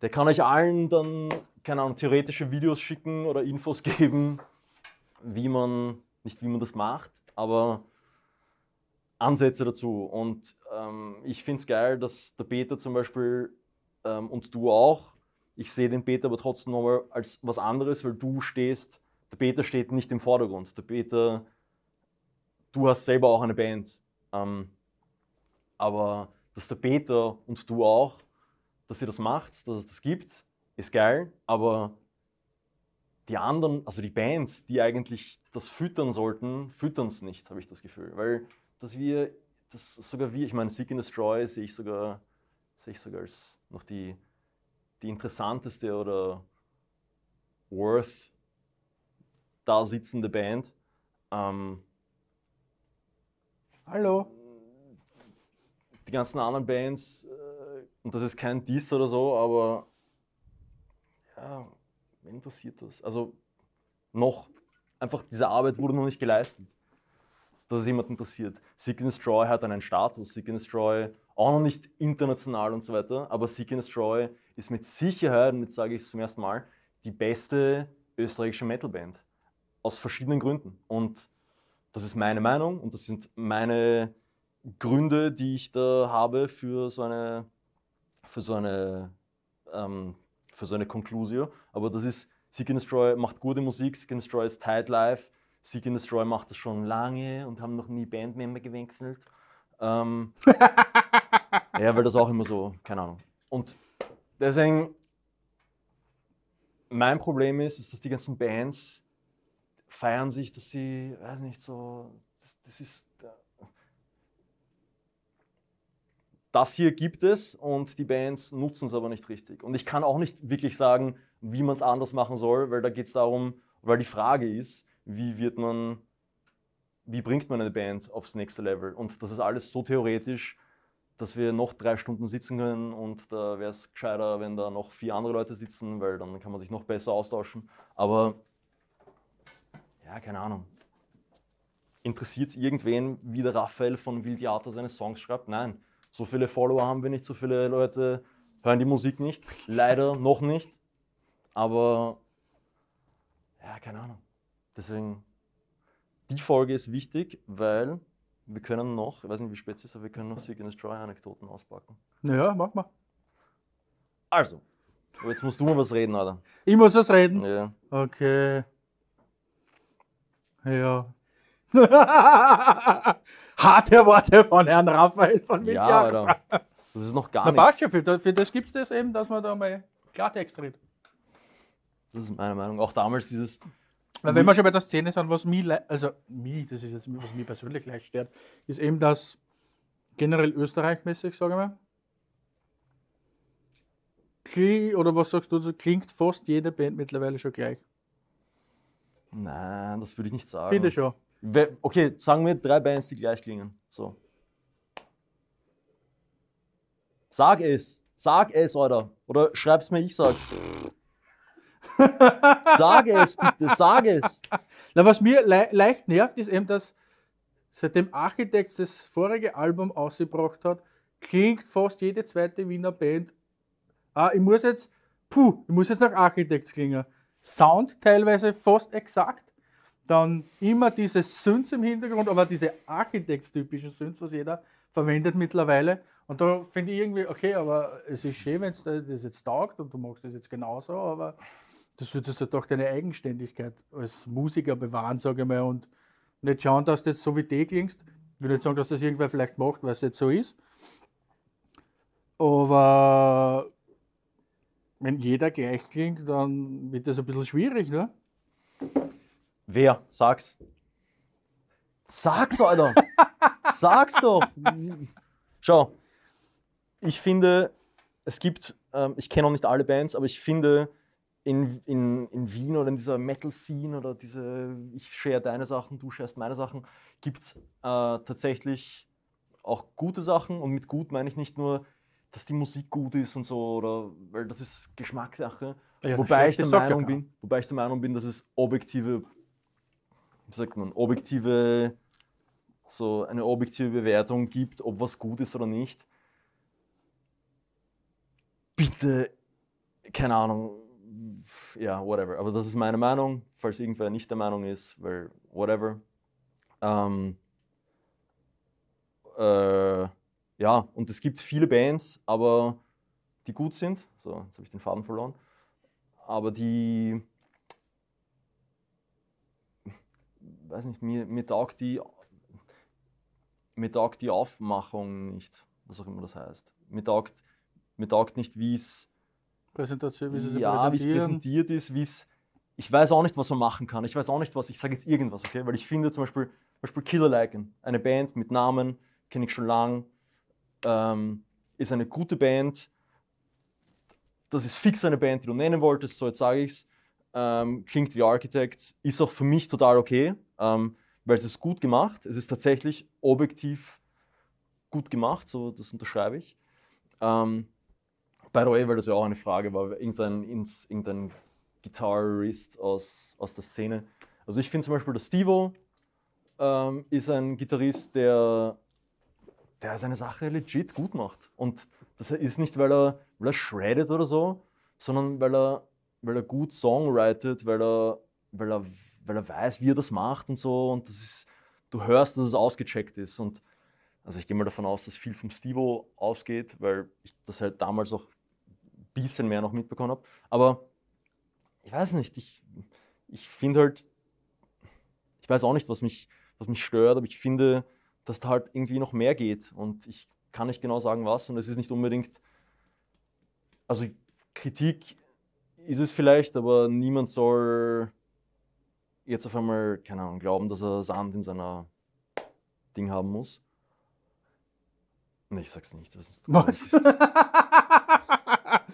B: der kann euch allen dann, keine Ahnung, theoretische Videos schicken oder Infos geben, wie man, nicht wie man das macht, aber Ansätze dazu. Und ähm, ich finde es geil, dass der Peter zum Beispiel ähm, und du auch, ich sehe den Peter aber trotzdem nochmal als was anderes, weil du stehst, der Peter steht nicht im Vordergrund. Der Peter, du hast selber auch eine Band. Ähm, aber dass der Peter und du auch, dass ihr das macht, dass es das gibt, ist geil. Aber die anderen, also die Bands, die eigentlich das füttern sollten, füttern es nicht, habe ich das Gefühl. Weil dass wir, dass sogar wir, ich meine, Seek and Destroy sehe ich sogar, sehe ich sogar als noch die, die interessanteste oder worth da sitzende Band. Ähm,
A: Hallo.
B: die ganzen anderen Bands, äh, und das ist kein Diss oder so, aber ja, wen interessiert das? Also noch, einfach diese Arbeit wurde noch nicht geleistet, dass es jemand interessiert. Seek and Destroy hat einen Status, Seek and Destroy auch noch nicht international und so weiter, aber Seek and Destroy ist mit Sicherheit, und jetzt sage ich es zum ersten Mal, die beste österreichische Metalband. Aus verschiedenen Gründen. Und das ist meine Meinung und das sind meine Gründe, die ich da habe für so eine, für so eine, ähm, für so eine Conclusio. Aber das ist, Seek and Destroy macht gute Musik, Seek and Destroy ist tight life, Seek and Destroy macht das schon lange und haben noch nie Bandmember gewechselt. Ähm, ja, weil das auch immer so, keine Ahnung. Und deswegen, mein Problem ist, ist, dass die ganzen Bands feiern sich, dass sie, weiß nicht, so, das, das ist, äh, das hier gibt es und die Bands nutzen es aber nicht richtig. Und ich kann auch nicht wirklich sagen, wie man es anders machen soll, weil da geht es darum, weil die Frage ist, wie wird man, wie bringt man eine Band aufs nächste Level? Und das ist alles so theoretisch, dass wir noch drei Stunden sitzen können und da wäre es gescheiter, wenn da noch vier andere Leute sitzen, weil dann kann man sich noch besser austauschen. Aber ja, keine Ahnung. Interessiert irgendwen, wie der Raphael von Wildjata seine Songs schreibt? Nein. So viele Follower haben wir nicht, so viele Leute hören die Musik nicht. Leider noch nicht. Aber ja, keine Ahnung. Deswegen, die Folge ist wichtig, weil wir können noch, ich weiß nicht, wie spät es ist, aber wir können noch Seek and Destroy-Anekdoten auspacken.
A: Naja, mach mal.
B: Also, aber jetzt musst du mal was reden, Alter.
A: Ich muss was reden.
B: Ja.
A: Okay. Ja. Harte Worte von Herrn Raphael von
B: ja,
A: Mitjahr.
B: Alter. Das ist noch gar
A: Na, passt schon,
B: nichts.
A: für, das- für das gibt es das eben, dass man da mal Klartext redet.
B: Das ist meine Meinung. Auch damals dieses,
A: Weil wenn wir schon bei der Szene sind, was mich, le- also mich, das ist jetzt, was mich persönlich leicht stört, ist eben, dass generell österreichmäßig, sage ich mal, kli- oder was sagst du, dazu, klingt fast jede Band mittlerweile schon gleich.
B: nein, das würde ich nicht sagen.
A: Finde ich schon.
B: We- Okay, sagen wir drei Bands, die gleich klingen. So. Sag es. Sag es, Alter. Oder schreib's mir, ich sag's. Sag es, bitte, sag es.
A: Na, was mir le leicht nervt, ist eben, dass seitdem Architects das vorige Album ausgebracht hat, klingt fast jede zweite Wiener Band. Ah, ich muss jetzt puh, ich muss jetzt nach Architects klingen. Sound teilweise fast exakt. Dann immer diese Synths im Hintergrund, aber diese Architects-typischen Synths, was jeder verwendet mittlerweile. Und da finde ich irgendwie, okay, aber es ist schön, wenn es das jetzt taugt und du magst das jetzt genauso, aber du solltest ja doch deine Eigenständigkeit als Musiker bewahren, sage ich mal, und nicht schauen, dass du jetzt so wie die klingst. Ich will nicht sagen, dass das irgendwer vielleicht macht, weil es jetzt so ist. Aber wenn jeder gleich klingt, dann wird das ein bisschen schwierig, ne?
B: Wer? Sag's. Sag's, Alter! Sag's doch! Schau, ich finde, es gibt, ähm, ich kenne auch nicht alle Bands, aber ich finde, in, in, in Wien oder in dieser Metal-Scene oder diese ich share deine Sachen, du sharest meine Sachen, gibt es äh, tatsächlich auch gute Sachen. Und mit gut meine ich nicht nur, dass die Musik gut ist und so, oder weil das ist Geschmackssache.
A: Ja, das
B: wobei, ich
A: stimmt,
B: der
A: das sagt ja
B: Meinung
A: keiner.
B: bin, wobei ich der Meinung bin, dass es objektive, wie sagt man, objektive, so eine objektive Bewertung gibt, ob was gut ist oder nicht. Bitte, keine Ahnung, ja, whatever. Aber das ist meine Meinung, falls irgendwer nicht der Meinung ist, weil whatever. Ähm, äh, ja, und es gibt viele Bands, aber die gut sind. So, jetzt habe ich den Faden verloren. Aber die, weiß nicht, mir, mir taugt die, mir taugt die Aufmachung nicht, was auch immer das heißt. Mir taugt, mir taugt nicht, wie es
A: Präsentation, wie sie sich
B: ja, wie es
A: präsentieren.
B: präsentiert ist, wie es. Ich weiß auch nicht, was man machen kann. Ich weiß auch nicht, was. Ich sage jetzt irgendwas, okay? Weil ich finde zum Beispiel, zum Beispiel Killer Lycan, eine Band mit Namen, kenne ich schon lang, ähm, ist eine gute Band. Das ist fix eine Band, die du nennen wolltest, so jetzt sage ich's. Ähm, klingt wie Architects, ist auch für mich total okay, ähm, weil es ist gut gemacht. Es ist tatsächlich objektiv gut gemacht, so das unterschreibe ich. Ähm, by the way, weil das ja auch eine Frage war, irgendein, ins- irgendein Gitarrist aus, aus der Szene. Also ich finde zum Beispiel, dass Stevo ähm, ist ein Gitarrist, der, der seine Sache legit gut macht. Und das ist nicht, weil er, weil er shreddet oder so, sondern weil er, weil er gut songwritet, weil er, weil, er, weil er weiß, wie er das macht und so. Und das ist, du hörst, dass es ausgecheckt ist. Und also ich gehe mal davon aus, dass viel vom Stevo ausgeht, weil ich das halt damals auch ein bisschen mehr noch mitbekommen habe. Aber ich weiß nicht, ich, ich finde halt, ich weiß auch nicht, was mich, was mich stört, aber ich finde, dass da halt irgendwie noch mehr geht und ich kann nicht genau sagen, was und es ist nicht unbedingt, also Kritik ist es vielleicht, aber niemand soll jetzt auf einmal, keine Ahnung, glauben, dass er Sand in seiner Ding haben muss. Nee, ich sag's nicht. Das ist
A: Was?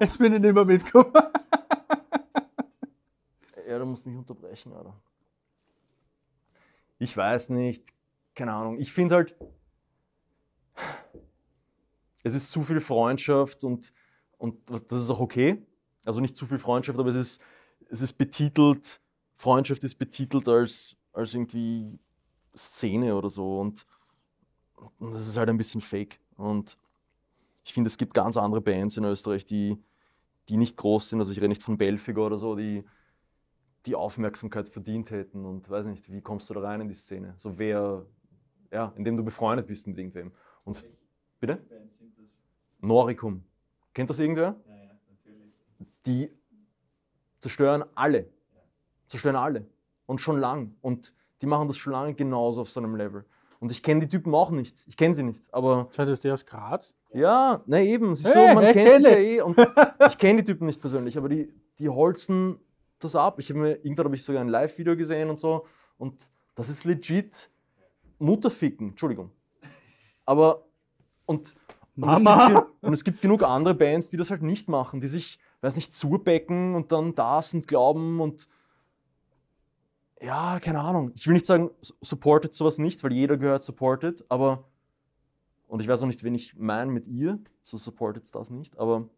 A: Jetzt bin ich nicht mehr mitgekommen.
B: Ja, du musst mich unterbrechen, Alter. Ich weiß nicht, keine Ahnung. Ich finde halt, es ist zu viel Freundschaft und, und was- das ist auch okay. Also nicht zu viel Freundschaft, aber es ist, es ist betitelt, Freundschaft ist betitelt als, als irgendwie Szene oder so und, und das ist halt ein bisschen fake. Und ich finde, es gibt ganz andere Bands in Österreich, die, die nicht groß sind. Also ich rede nicht von Belfiger oder so, die, die Aufmerksamkeit verdient hätten und weiß nicht, wie kommst du da rein in die Szene? So wer, ja, indem du befreundet bist mit irgendwem. Und
C: Welche
B: bitte?
C: Bands sind das?
B: Noricum. Kennt das irgendwer?
C: Ja, ja, natürlich.
B: Die zerstören alle. Zerstören alle. Und schon lang. Und die machen das schon lange genauso auf so einem Level. Und ich kenne die Typen auch nicht. Ich kenne sie nicht. Aber
A: Seid das die aus Graz?
B: ja, na eben, siehst
A: Hey,
B: du, man
A: ich
B: kennt sich
A: kenne.
B: ja eh. Und ich kenne die Typen nicht persönlich, aber die, die holzen das ab. Ich habe mir, irgendwann habe ich sogar ein Live-Video gesehen und so. Und das ist legit Mutterficken, Entschuldigung. Aber, und, und,
A: Mama.
B: Es gibt, ge- und es gibt genug andere Bands, die das halt nicht machen, die sich, weiß nicht, zubecken und dann das und glauben und ja, keine Ahnung. Ich will nicht sagen, s- supportet sowas nicht, weil jeder gehört supported, aber und ich weiß auch nicht, wen ich meine mit ihr, so supportet das nicht, aber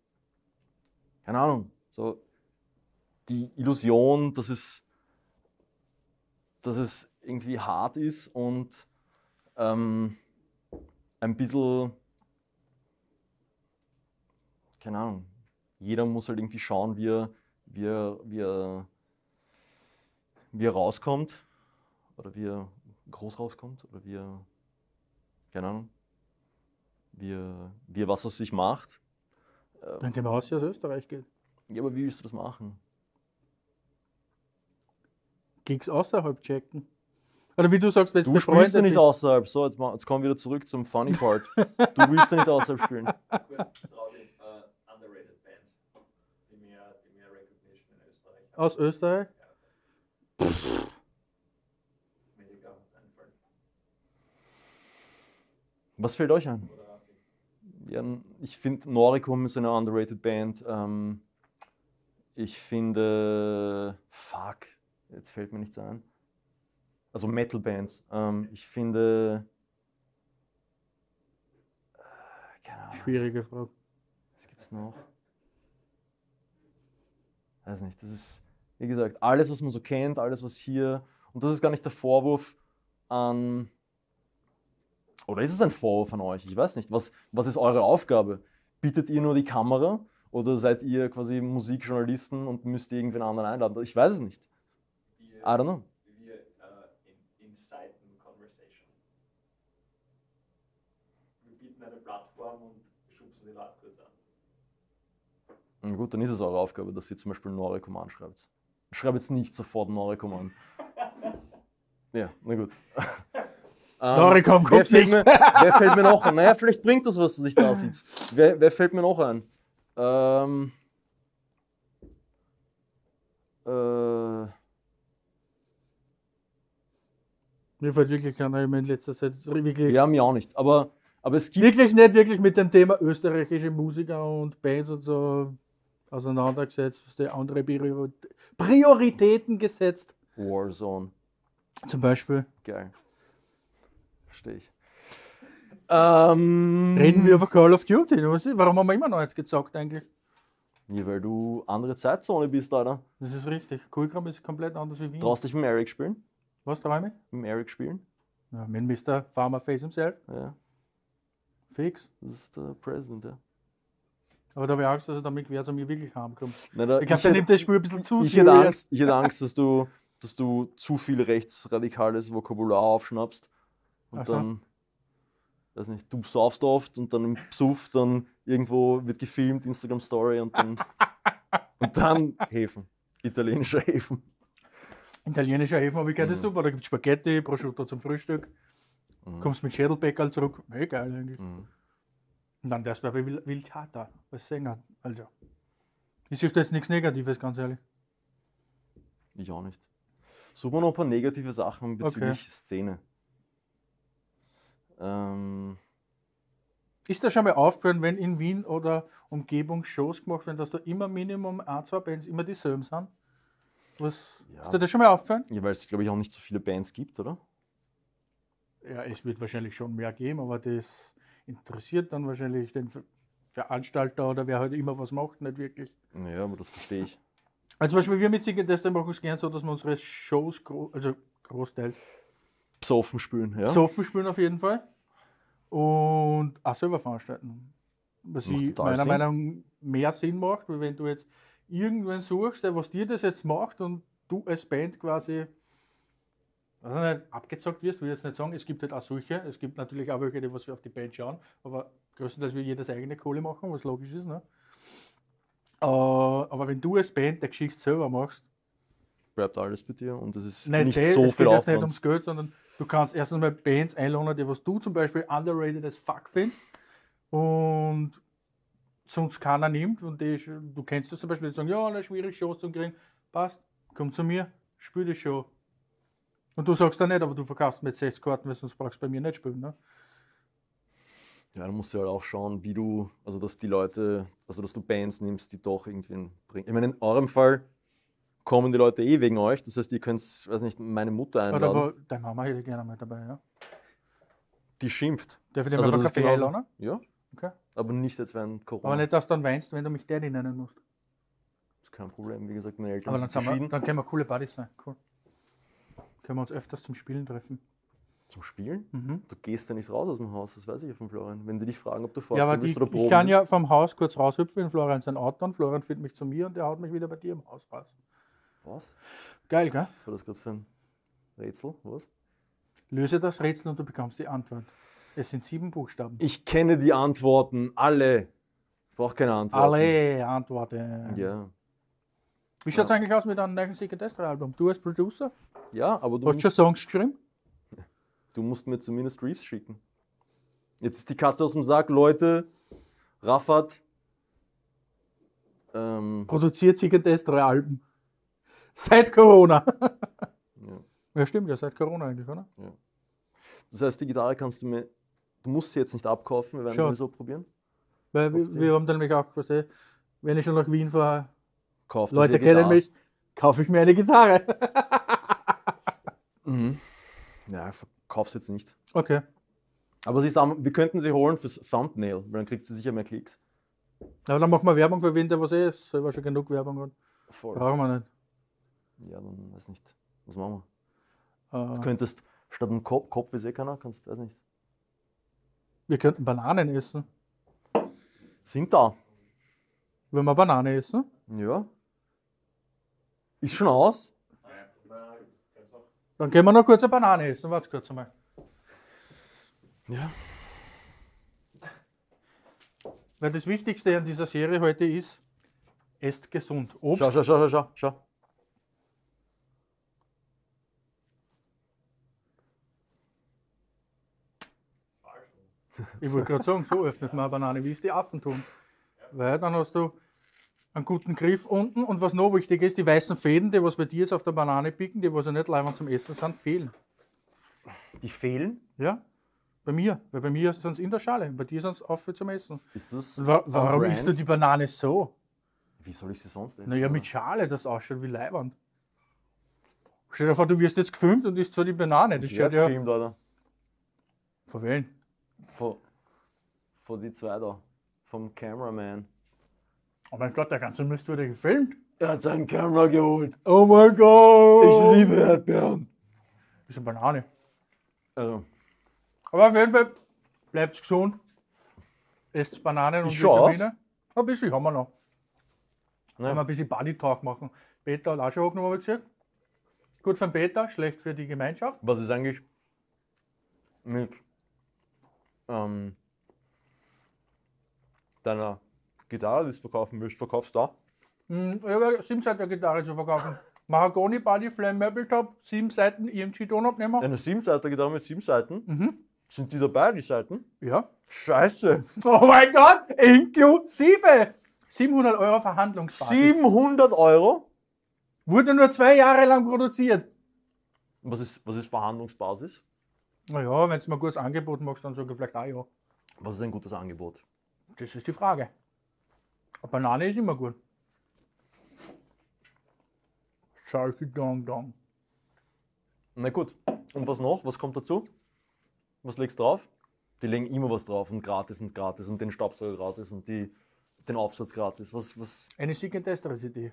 B: keine Ahnung, so die Illusion, dass es, dass es irgendwie hart ist und ähm, ein bisschen, keine Ahnung, jeder muss halt irgendwie schauen, wie er, wie er, wie er, wie er rauskommt oder wie er groß rauskommt oder wie er, keine Ahnung, wie er, wie er was aus sich macht. Ähm,
A: Wenn dem Haus hier aus Österreich geht.
B: ja, aber wie willst du das machen?
A: Gigs außerhalb checken. Oder wie du sagst, wenn
B: Du spielst ja nicht außerhalb. So, jetzt, ma- jetzt kommen wir wieder zurück zum Funny Part. du willst ja nicht außerhalb spielen.
C: Kurz draußen, äh, underrated Band, die mehr, die mehr Recognition in Österreich hat.
A: Aus Österreich?
C: Mir die gar nicht einfallen.
B: Was fällt euch ein?
C: Oder Rafi.
B: Ja, n- ich finde, Noricum ist eine underrated Band. Ähm, ich finde, fuck, jetzt fällt mir nichts ein. Also Metal Bands. Ähm, ich finde, äh, keine Ahnung,
A: Schwierige Frage.
B: was gibt's noch? Weiß nicht, das ist, wie gesagt, alles, was man so kennt, alles, was hier, und das ist gar nicht der Vorwurf an, oder ist es ein Vorwurf an euch? Ich weiß nicht. Was, was ist eure Aufgabe? Bietet ihr nur die Kamera oder seid ihr quasi Musikjournalisten und müsst irgendwen anderen einladen? Ich weiß es nicht. I
C: Wir,
B: don't know.
C: wir äh, in, inciten Conversation. Wir bieten eine Plattform und schubsen die Leute kurz an.
B: Na gut, dann ist es eure Aufgabe, dass ihr zum Beispiel Noricum anschreibt. Schreibt jetzt nicht sofort Noricum an. Ja, na gut. Ähm,
A: Noricum
B: wer
A: kommt
B: fällt,
A: nicht.
B: mir, wer fällt mir noch ein? Naja, vielleicht bringt das was, dass ich da sitze. Wer, wer fällt mir noch ein? Ähm, äh,
A: Mir fällt wirklich keiner in letzter Zeit. Wirklich,
B: ja, mir auch nicht. Aber, aber es gibt.
A: wirklich nicht wirklich mit dem Thema österreichische Musiker und Bands und so auseinandergesetzt, was die andere Priori- Prioritäten gesetzt.
B: Warzone.
A: Zum Beispiel.
B: Geil. Verstehe ich. Ähm,
A: Reden wir über Call of Duty. oder was? Warum haben wir immer noch nicht gezockt eigentlich?
B: Ja, weil du andere Zeitzone bist, Alter.
A: Das ist richtig. Coolgram ist komplett anders wie Wien.
B: Traust dich mit dem Eric spielen?
A: Was träume ich?
B: Mit dem Eric spielen?
A: Ja, mit Mr. Farmer Face himself.
B: Ja,
A: Fix.
B: das ist der President, ja.
A: Aber da habe ich Angst, dass er damit quer zu mir wirklich heimkommt.
B: Nein, da,
A: Ich glaube, der
B: hätt-
A: nimmt das Spiel ein bisschen zu
B: ich hätte
A: serious.
B: Angst, ich hätte Angst dass, du, dass du zu viel rechtsradikales Vokabular aufschnappst und
A: Ach so.
B: dann, weiß nicht, du saufst oft und dann im Psuff, dann irgendwo wird gefilmt, Instagram Story und dann, und dann Häfen, italienische Häfen.
A: Italienischer Häfen habe ich gehört, das ist
B: Mhm.
A: super. Da gibt es Spaghetti, Prosciutto zum Frühstück.
B: Mhm.
A: Kommst mit Schädelbäckerl zurück. Hey, geil eigentlich.
B: Mhm.
A: Und dann darfst du bei Wil- Wildtheater als Sänger. Also, ich sehe da jetzt nichts Negatives, ganz ehrlich.
B: Ich auch nicht. Such mal noch ein paar negative Sachen bezüglich Szene. Ähm,
A: Ist das schon mal aufgehört, wenn in Wien oder Umgebung Shows gemacht werden, dass da immer Minimum ein, zwei Bands immer dieselben sind? Was,
B: Ja.
A: Ist dir das schon mal aufgefallen?
B: ja, weil es, glaube ich, auch nicht so viele Bands gibt, oder?
A: Ja, es wird wahrscheinlich schon mehr geben, aber das interessiert dann wahrscheinlich den Ver- Veranstalter oder wer halt immer was macht, nicht wirklich.
B: Ja, aber das verstehe ich.
A: Also zum Beispiel wir mit Singen Tester machen es gern so, dass wir unsere Shows, gro also großteils,
B: Psoffen spielen, ja?
A: Soffen spielen auf jeden Fall und auch selber veranstalten. Was
B: Macht
A: ich
B: total
A: meiner
B: Sinn.
A: Meinung nach mehr Sinn macht, weil wenn du jetzt irgendwen suchst, der was dir das jetzt macht und du als Band quasi also nicht abgezockt wirst, will ich jetzt nicht sagen, es gibt halt auch solche, es gibt natürlich auch welche, die was auf die Band schauen, aber größtenteils will jedes eigene Kohle machen, was logisch ist. Ne? Äh, aber wenn du als Band der Geschichte selber machst,
B: bleibt alles bei dir und es ist
A: Nein,
B: nicht
A: Geld,
B: so
A: es
B: viel
A: geht jetzt
B: Aufwand.
A: nicht ums Geld, sondern du kannst erstens mal Bands einladen, die was du zum Beispiel underrated as fuck findest und sonst keiner nimmt und die, du kennst das zum Beispiel, die sagen, ja, eine schwierige Shows zu kriegen, passt, komm zu mir, spiel die Show. Und du sagst dann nicht, aber du verkaufst mit 60 Karten, weil sonst brauchst du bei mir nicht spielen. Ne?
B: ja, du musst ja halt auch schauen, wie du, also dass die Leute, also dass du Bands nimmst, die doch irgendwen bringen. Ich meine, in eurem Fall kommen die Leute eh wegen euch, das heißt, ihr könnt, weiß nicht, meine Mutter einladen,
A: Oder wo, deine Mama hätte ich gerne mal dabei, ja.
B: die schimpft.
A: Darf ich dir
B: Also
A: mal einen
B: das ist
A: Kaffee
B: genauso-
A: einladen?
B: Ja,
A: Okay.
B: aber nicht jetzt während Corona.
A: Aber nicht, dass du dann weinst, wenn du mich Daddy nennen musst.
B: Das ist kein Problem, wie gesagt, meine Eltern
A: Aber dann,
B: sind
A: sind wir,
B: geschieden.
A: dann können wir coole Buddies sein. Cool. Können wir uns öfters zum Spielen treffen.
B: zum Spielen.
A: Mhm.
B: Du gehst ja nicht raus aus dem Haus, das weiß ich ja von Florian. Wenn die dich fragen, ob du fahren
A: Ja, aber die,
B: bist oder
A: ich
B: proben
A: kann ja
B: willst.
A: vom Haus kurz raushüpfen in Florian sein Auto und Florian findet mich zu mir und der haut mich wieder bei dir im Haus raus.
B: Was?
A: Geil, gell?
B: Was war das gerade für ein Rätsel? Was?
A: Löse das Rätsel und du bekommst die Antwort. Es sind sieben Buchstaben.
B: Ich kenne die Antworten, alle. Ich brauche keine Antworten.
A: Alle Antworten.
B: Ja.
A: Wie schaut es eigentlich aus mit einem neuen Secret-Album? Du als Producer?
B: ja, aber du
A: Hast du schon
B: musst,
A: Songs geschrieben?
B: du musst mir zumindest Reefs schicken. Jetzt ist die Katze aus dem Sack, Leute. Raffat. Ähm,
A: Produziert Secret-Alben. Seit Corona.
B: ja.
A: Ja, stimmt, ja, seit Corona eigentlich, oder?
B: Das heißt, die Gitarre kannst du mir. Du musst sie jetzt nicht abkaufen, wir werden
A: Schon.
B: sowieso probieren.
A: Weil wir,
B: Hauptsache.
A: wir haben dann nämlich auch, weißt du, wenn ich schon nach Wien fahre,
B: Kauft
A: Leute kennen mich, kaufe ich mir eine Gitarre.
B: Mhm. Ja, verkauf's jetzt nicht.
A: Okay.
B: Aber sie sagen, wir könnten sie holen fürs Thumbnail, weil dann kriegt sie sicher mehr Klicks.
A: Aber dann machen wir Werbung für wen, der was eh ist. Selber schon genug Werbung hat.
B: Voll.
A: Brauchen wir nicht.
B: Ja, dann weiß nicht. Was machen wir? Du
A: Äh,
B: könntest statt einem Kopf, Kopf ist eh keiner, kannst, weiß nicht.
A: wir könnten Bananen essen.
B: Sind da.
A: Wenn wir Banane essen?
B: Ja. Ist schon aus.
C: Nein, ganz auch.
A: Dann können wir noch kurz eine Banane essen. Warte kurz einmal.
B: Ja.
A: Weil das Wichtigste an dieser Serie heute ist, esst gesund.
B: Schau,
A: Obst,
B: schau, schau, schau, schau, schau.
A: ich wollte gerade sagen, so öffnet man eine Banane, wie es die Affen tun. Weil dann hast du einen guten Griff unten und was noch wichtig ist, die weißen Fäden, die was bei dir jetzt auf der Banane picken, die was ja nicht leider zum Essen sind, fehlen.
B: Die fehlen.
A: Ja? Bei mir, weil bei mir sind sie in der Schale, bei dir sind sie auf zum Essen.
B: Ist das.
A: Wa
B: on
A: warum
B: brand?
A: isst du die Banane so?
B: Wie soll ich sie sonst essen?
A: Naja, mit Schale, das ausschaut wie Leibwand. Stell dir vor, du wirst jetzt gefilmt und isst so die Banane. Das
B: Ich
A: schaut
B: werde
A: ja.
B: gefilmt, Alter.
A: Von wem?
B: Von, von die zwei da. Vom Cameraman.
A: Oh mein Gott, der ganze Mist wurde gefilmt.
B: Er hat seinen Camera geholt.
A: Oh mein Gott!
B: liebe Erdbeeren.
A: Das ist eine Banane.
B: Also,
A: Aber auf jeden Fall bleibt gesund. Esst Bananen und
B: Ist schon aus?
A: Vitamine. Ein bisschen haben wir noch.
B: Ja.
A: Wenn wir ein bisschen Bodytalk machen. Peter hat auch schon hochgenommen, habe ich gesagt. Gut für den Peter, schlecht für die Gemeinschaft.
B: was ist eigentlich mit ähm, deiner Gitarre, die du verkaufen willst? Verkaufst du da?
A: Hm, Ich habe Seiten Gitarre zu verkaufen. Mahagoni Body Flame Maple Top, sieben Seiten E EMG Tonabnehmer.
B: Eine siebenseiter Gitarre mit sieben Seiten?
A: Mhm.
B: Sind die dabei, die Seiten?
A: Ja.
B: Scheiße!
A: Oh mein Gott, inklusive! 700 Euro Verhandlungsbasis.
B: 700 Euro?
A: Wurde nur zwei Jahre lang produziert.
B: Was ist, was ist Verhandlungsbasis?
A: Naja, wenn du mir ein gutes Angebot machst, dann sag ich vielleicht auch ja.
B: Was ist ein gutes Angebot?
A: Das ist die Frage. Eine Banane ist immer gut. Scheiße, dong, dong.
B: Na gut, und was noch? Was kommt dazu? Was legst du drauf? Die legen immer was drauf und gratis und gratis und den Staubsauger gratis und die, den Aufsatz gratis. Was, was?
A: Eine schicke Testresidee.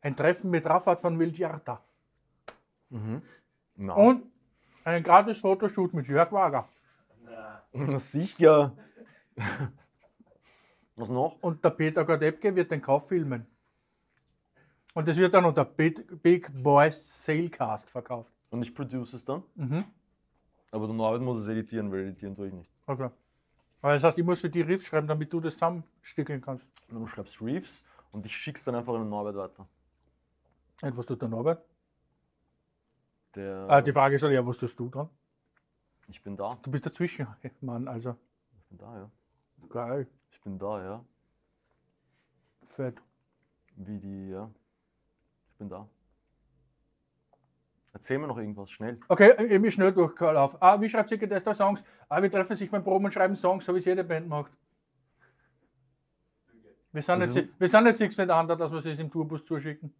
A: Ein Treffen mit Rafat von Viljarta.
B: Na,
A: Und einen gratis Fotoshoot mit Jörg Wager.
B: na sicher. was noch?
A: Und der Peter Gordebke wird den Kauf filmen. Und das wird dann unter Big, Big Boys Salecast verkauft.
B: Und ich produce es dann.
A: Mhm.
B: Aber der Norbert muss es editieren, weil editieren tue ich nicht.
A: Okay. Aber das heißt, ich muss für die Riff schreiben, damit du das zusammenstickeln kannst.
B: Und du schreibst Reefs und ich schick's dann einfach an den Norbert weiter.
A: Und was tut der Norbert?
B: Der,
A: Ah, die Frage ist ja, ja, was tust du dran?
B: ich bin da.
A: Du bist der Zwischenmann, also.
B: Ich bin da, ja.
A: Geil.
B: Ich bin da, ja.
A: Fett.
B: Wie die, ja. Ich bin da. Erzähl mir noch irgendwas, schnell.
A: Okay, ich bin schnell durchgelaufen. Ah, wie schreibt sich das da Songs? Ah, wir treffen sich beim Proben und schreiben Songs, so wie es jede Band macht. Wir sind,
B: Das
A: jetzt,
B: ist-
A: wir sind jetzt nichts miteinander, dass wir es im Tourbus zuschicken.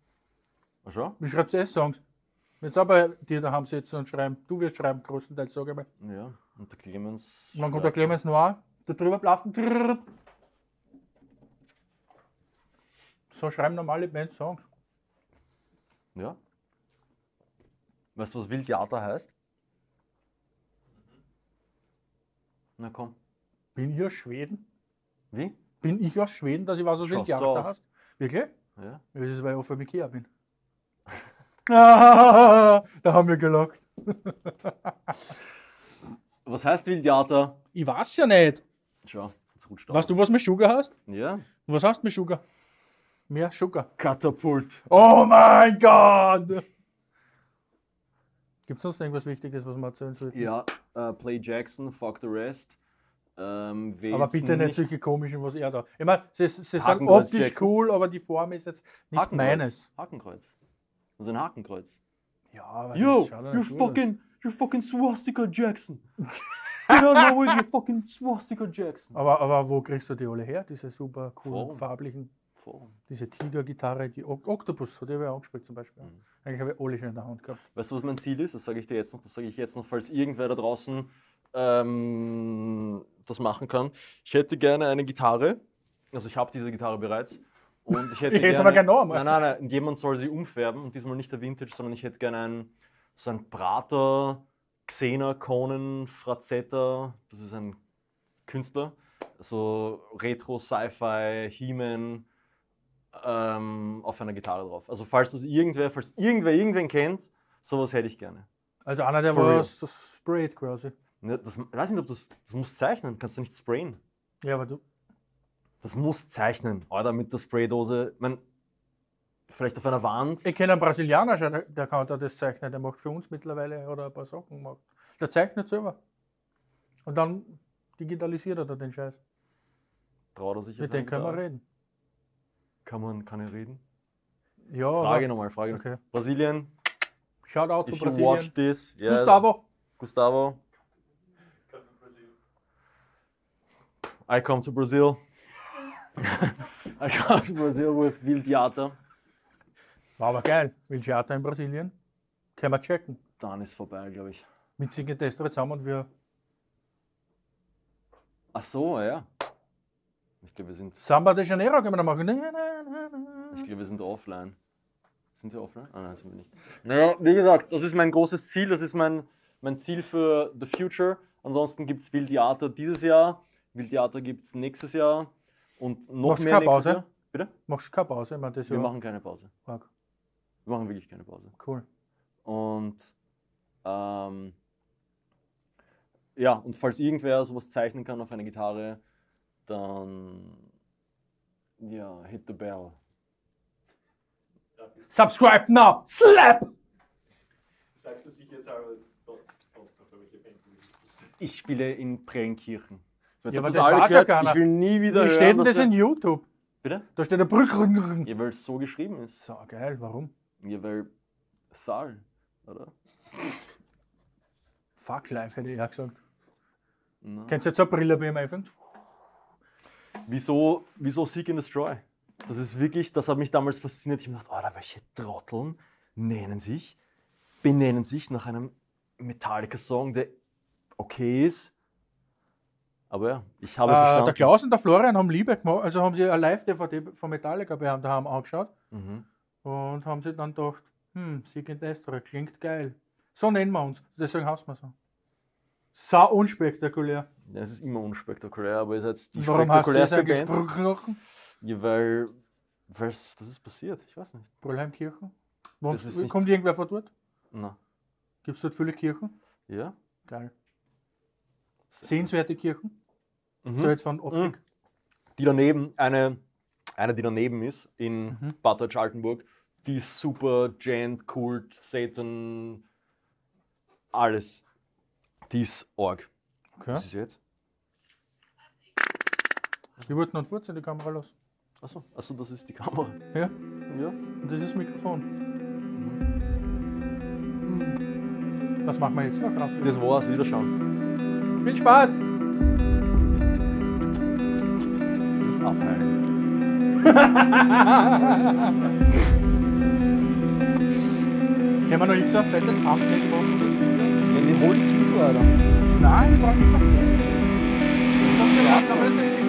B: Ach schon?
A: Wie schreibt ihr Songs? Jetzt aber dir daheim sitzen und schreiben. Du wirst schreiben, größtenteils, sage ich mal.
B: Ja, und der Clemens.
A: Und dann kommt der
B: schreibt
A: Clemens Noir, da drüber blasen. Trrrr. So schreiben normale Bands Songs.
B: schon. Ja. Weißt du, was Wildtheater heißt? Na komm.
A: Bin ich aus Schweden?
B: Wie?
A: Bin ich aus Schweden, dass ich weiß, was du
B: Schaust
A: Jahre
B: so
A: da
B: aus.
A: hast? Wirklich?
B: Ja.
A: Ja, Das ist, weil ich oft beim Ikea bin. da haben wir gelacht.
B: Was heißt Wildtheater?
A: Ich weiß ja nicht.
B: Schau, jetzt rutscht
A: Weißt du, was mit Sugar hast?
B: Ja.
A: Was hast du mit Sugar? Mehr Sugar.
B: Katapult.
A: Oh mein Gott! Gibt es sonst irgendwas Wichtiges, was man erzählen sollte?
B: Ja, äh, Play Jackson, Fuck the Rest. Ähm, wen
A: Aber
B: jetzt
A: bitte nicht
B: nicht
A: solche komischen, was er da. Ich meine, sie, sie sind
B: Hakenkreuz
A: optisch
B: Jackson.
A: cool, aber die Form ist jetzt nicht meines.
B: Hakenkreuz. Also ein Hakenkreuz.
A: Ja, aber
B: Yo,
A: das schaut ja
B: you
A: nicht gut aus.
B: fucking, you fucking swastika Jackson. Get on my way, you fucking swastika Jackson.
A: Aber, aber wo kriegst du die alle her, diese super coolen
B: Forum.
A: farblichen?
B: Forum.
A: Diese Tiger-Gitarre, die O- Octopus, hat er ja angespielt zum Beispiel.
B: Mhm.
A: Eigentlich habe ich alle schon in der Hand gehabt.
B: Weißt du, was mein Ziel ist? Das sage ich dir jetzt noch, das sage ich jetzt noch, falls irgendwer da draußen ähm, das machen kann. Ich hätte gerne eine Gitarre. Also ich habe diese Gitarre bereits. Und ich hätte
A: Jetzt aber gerne noch einmal.
B: Nein, nein, nein. Jemand soll sie umfärben und diesmal nicht der Vintage, sondern ich hätte gerne einen, so ein Prater, Xena, Conan, Frazetta. Das ist ein Künstler. So Retro, Sci-Fi, He-Man ähm, auf einer Gitarre drauf. Also falls das irgendwer, falls irgendwer irgendwen kennt, sowas hätte ich gerne.
A: Also einer, der
B: For real.
A: was sprayt quasi.
B: Ne, Das, ich weiß nicht, ob du das musst zeichnen, kannst du nicht sprayen.
A: Ja, aber du.
B: Das muss zeichnen, oder? Mit der Spraydose. Ich mein, vielleicht auf einer Wand.
A: Ich kenne einen Brasilianer schon, der kann da das zeichnen, der macht für uns mittlerweile oder ein paar Sachen macht. Der zeichnet selber. Und dann digitalisiert er da den Scheiß.
B: Traut er sich auf
A: Mit dem
B: eine
A: können wir
B: Gitarre?
A: reden.
B: Kann man, kann ich reden?
A: Ja,
B: Frage
A: aber-
B: nochmal, Frage nochmal.
A: Oh, Okay.
B: Brasilien,
A: Shoutout
B: if
A: zu
B: you watch
A: Brasilien.
B: this. yeah,
A: Gustavo,
B: Gustavo,
C: Come to Brazil.
B: I come to Brazil. I come to Brazil with Wildtheater.
A: war aber geil. Wilciata in Brasilien. Können wir checken.
B: Dann ist vorbei, glaube ich.
A: Mit Singen Destre zusammen und wir
B: Ach so, ja. Ich glaube, wir sind,
A: Samba de Janeiro können wir noch machen. Na, na, na, na.
B: ich glaube, wir sind offline. Sind wir offline? Ah, nein, sind wir nicht. Naja, wie gesagt, das ist mein großes Ziel. Das ist mein, mein Ziel für the future. Ansonsten gibt es Wildtheater dieses Jahr. Wildtheater gibt es nächstes Jahr. Und noch
A: Machst du
B: mehr
A: keine
B: nächstes
A: Pause?
B: Jahr. Bitte?
A: Machst du keine Pause? Ich meine, das ist
B: Wir
A: ja
B: machen keine Pause.
A: arg.
B: Wir machen wirklich keine Pause.
A: Cool.
B: Und ähm, ja, und falls irgendwer sowas zeichnen kann auf einer Gitarre, dann ja, hit the bell.
C: Darf ich-
A: Subscribe now! Slap!
C: Sagst du sicher jetzt aber doch, sonst noch, welche Band du bist?
B: Ich spiele in Prelnkirchen. Ich
A: Ja,
B: hab
A: aber das weiß ja keiner.
B: Ich will nie wieder
A: Wie
B: hören,
A: steht denn
B: dass
A: das in
B: wir-
A: YouTube?
B: Bitte?
A: Da steht der Brückrücken.
B: Ja, weil es so geschrieben ist.
A: So geil, warum?
B: Ja, weil Thal, oder?
A: Fuck life, hätte ich ja gesagt.
B: Na.
A: Kennst du jetzt so eine Brille bei ihm einfangen?
B: Wieso, wieso Seek and Destroy? Das ist wirklich, das hat mich damals fasziniert. Ich habe gedacht, Alter, welche Trotteln nennen sich, benennen sich nach einem Metallica-Song, der okay ist. Aber ja, ich habe
A: Äh,
B: verstanden.
A: der Klaus und der Florian haben Liebe gemacht, also haben sie eine Live-DVD von Metallica bei daheim angeschaut
B: Mhm.
A: und haben sich dann gedacht, hm, Sieg in Destra, klingt geil. So nennen wir uns, deswegen heißen wir so. Sau unspektakulär.
B: Ja, es ist immer unspektakulär, aber ihr seid die
A: Warum hast du jetzt
B: spektakulärste
A: eigentlich
B: Band.
A: Brückrücken?
B: Ja, weil, weil das ist passiert, ich weiß nicht.
A: Brüllheimkirchen?
B: Das ist nicht-
A: Kommt irgendwer von dort?
B: Na,
A: Gibt es dort viele Kirchen?
B: ja.
A: Geil.
B: Sehr
A: Sehenswerte Kirchen?
B: Mhm.
A: So jetzt von Optik.
B: die daneben, eine, eine, die daneben ist, in
A: Mhm.
B: Bad Deutsch-Altenburg, die ist super Gent, Kult, Satan, alles. Die ist Org.
A: Okay.
B: Was ist jetzt? Mhm.
A: Die wollten einen Furz in die Kamera lassen.
B: Achso, achso, das ist die Kamera.
A: Ja,
B: Ja.
A: und das ist das Mikrofon. Was machen wir jetzt noch drauf?
B: Mhm. Das war's, Wiederschauen.
A: Viel Spaß!
B: Nicht abheilen.
A: Können wir noch nicht so ein fettes Thumbnail machen für das Video?
B: Ja, die holt die Kiesel, Alter.
A: Nein, wir brauchen irgendwas Geiles. Ich hab gedacht, aber das ist nicht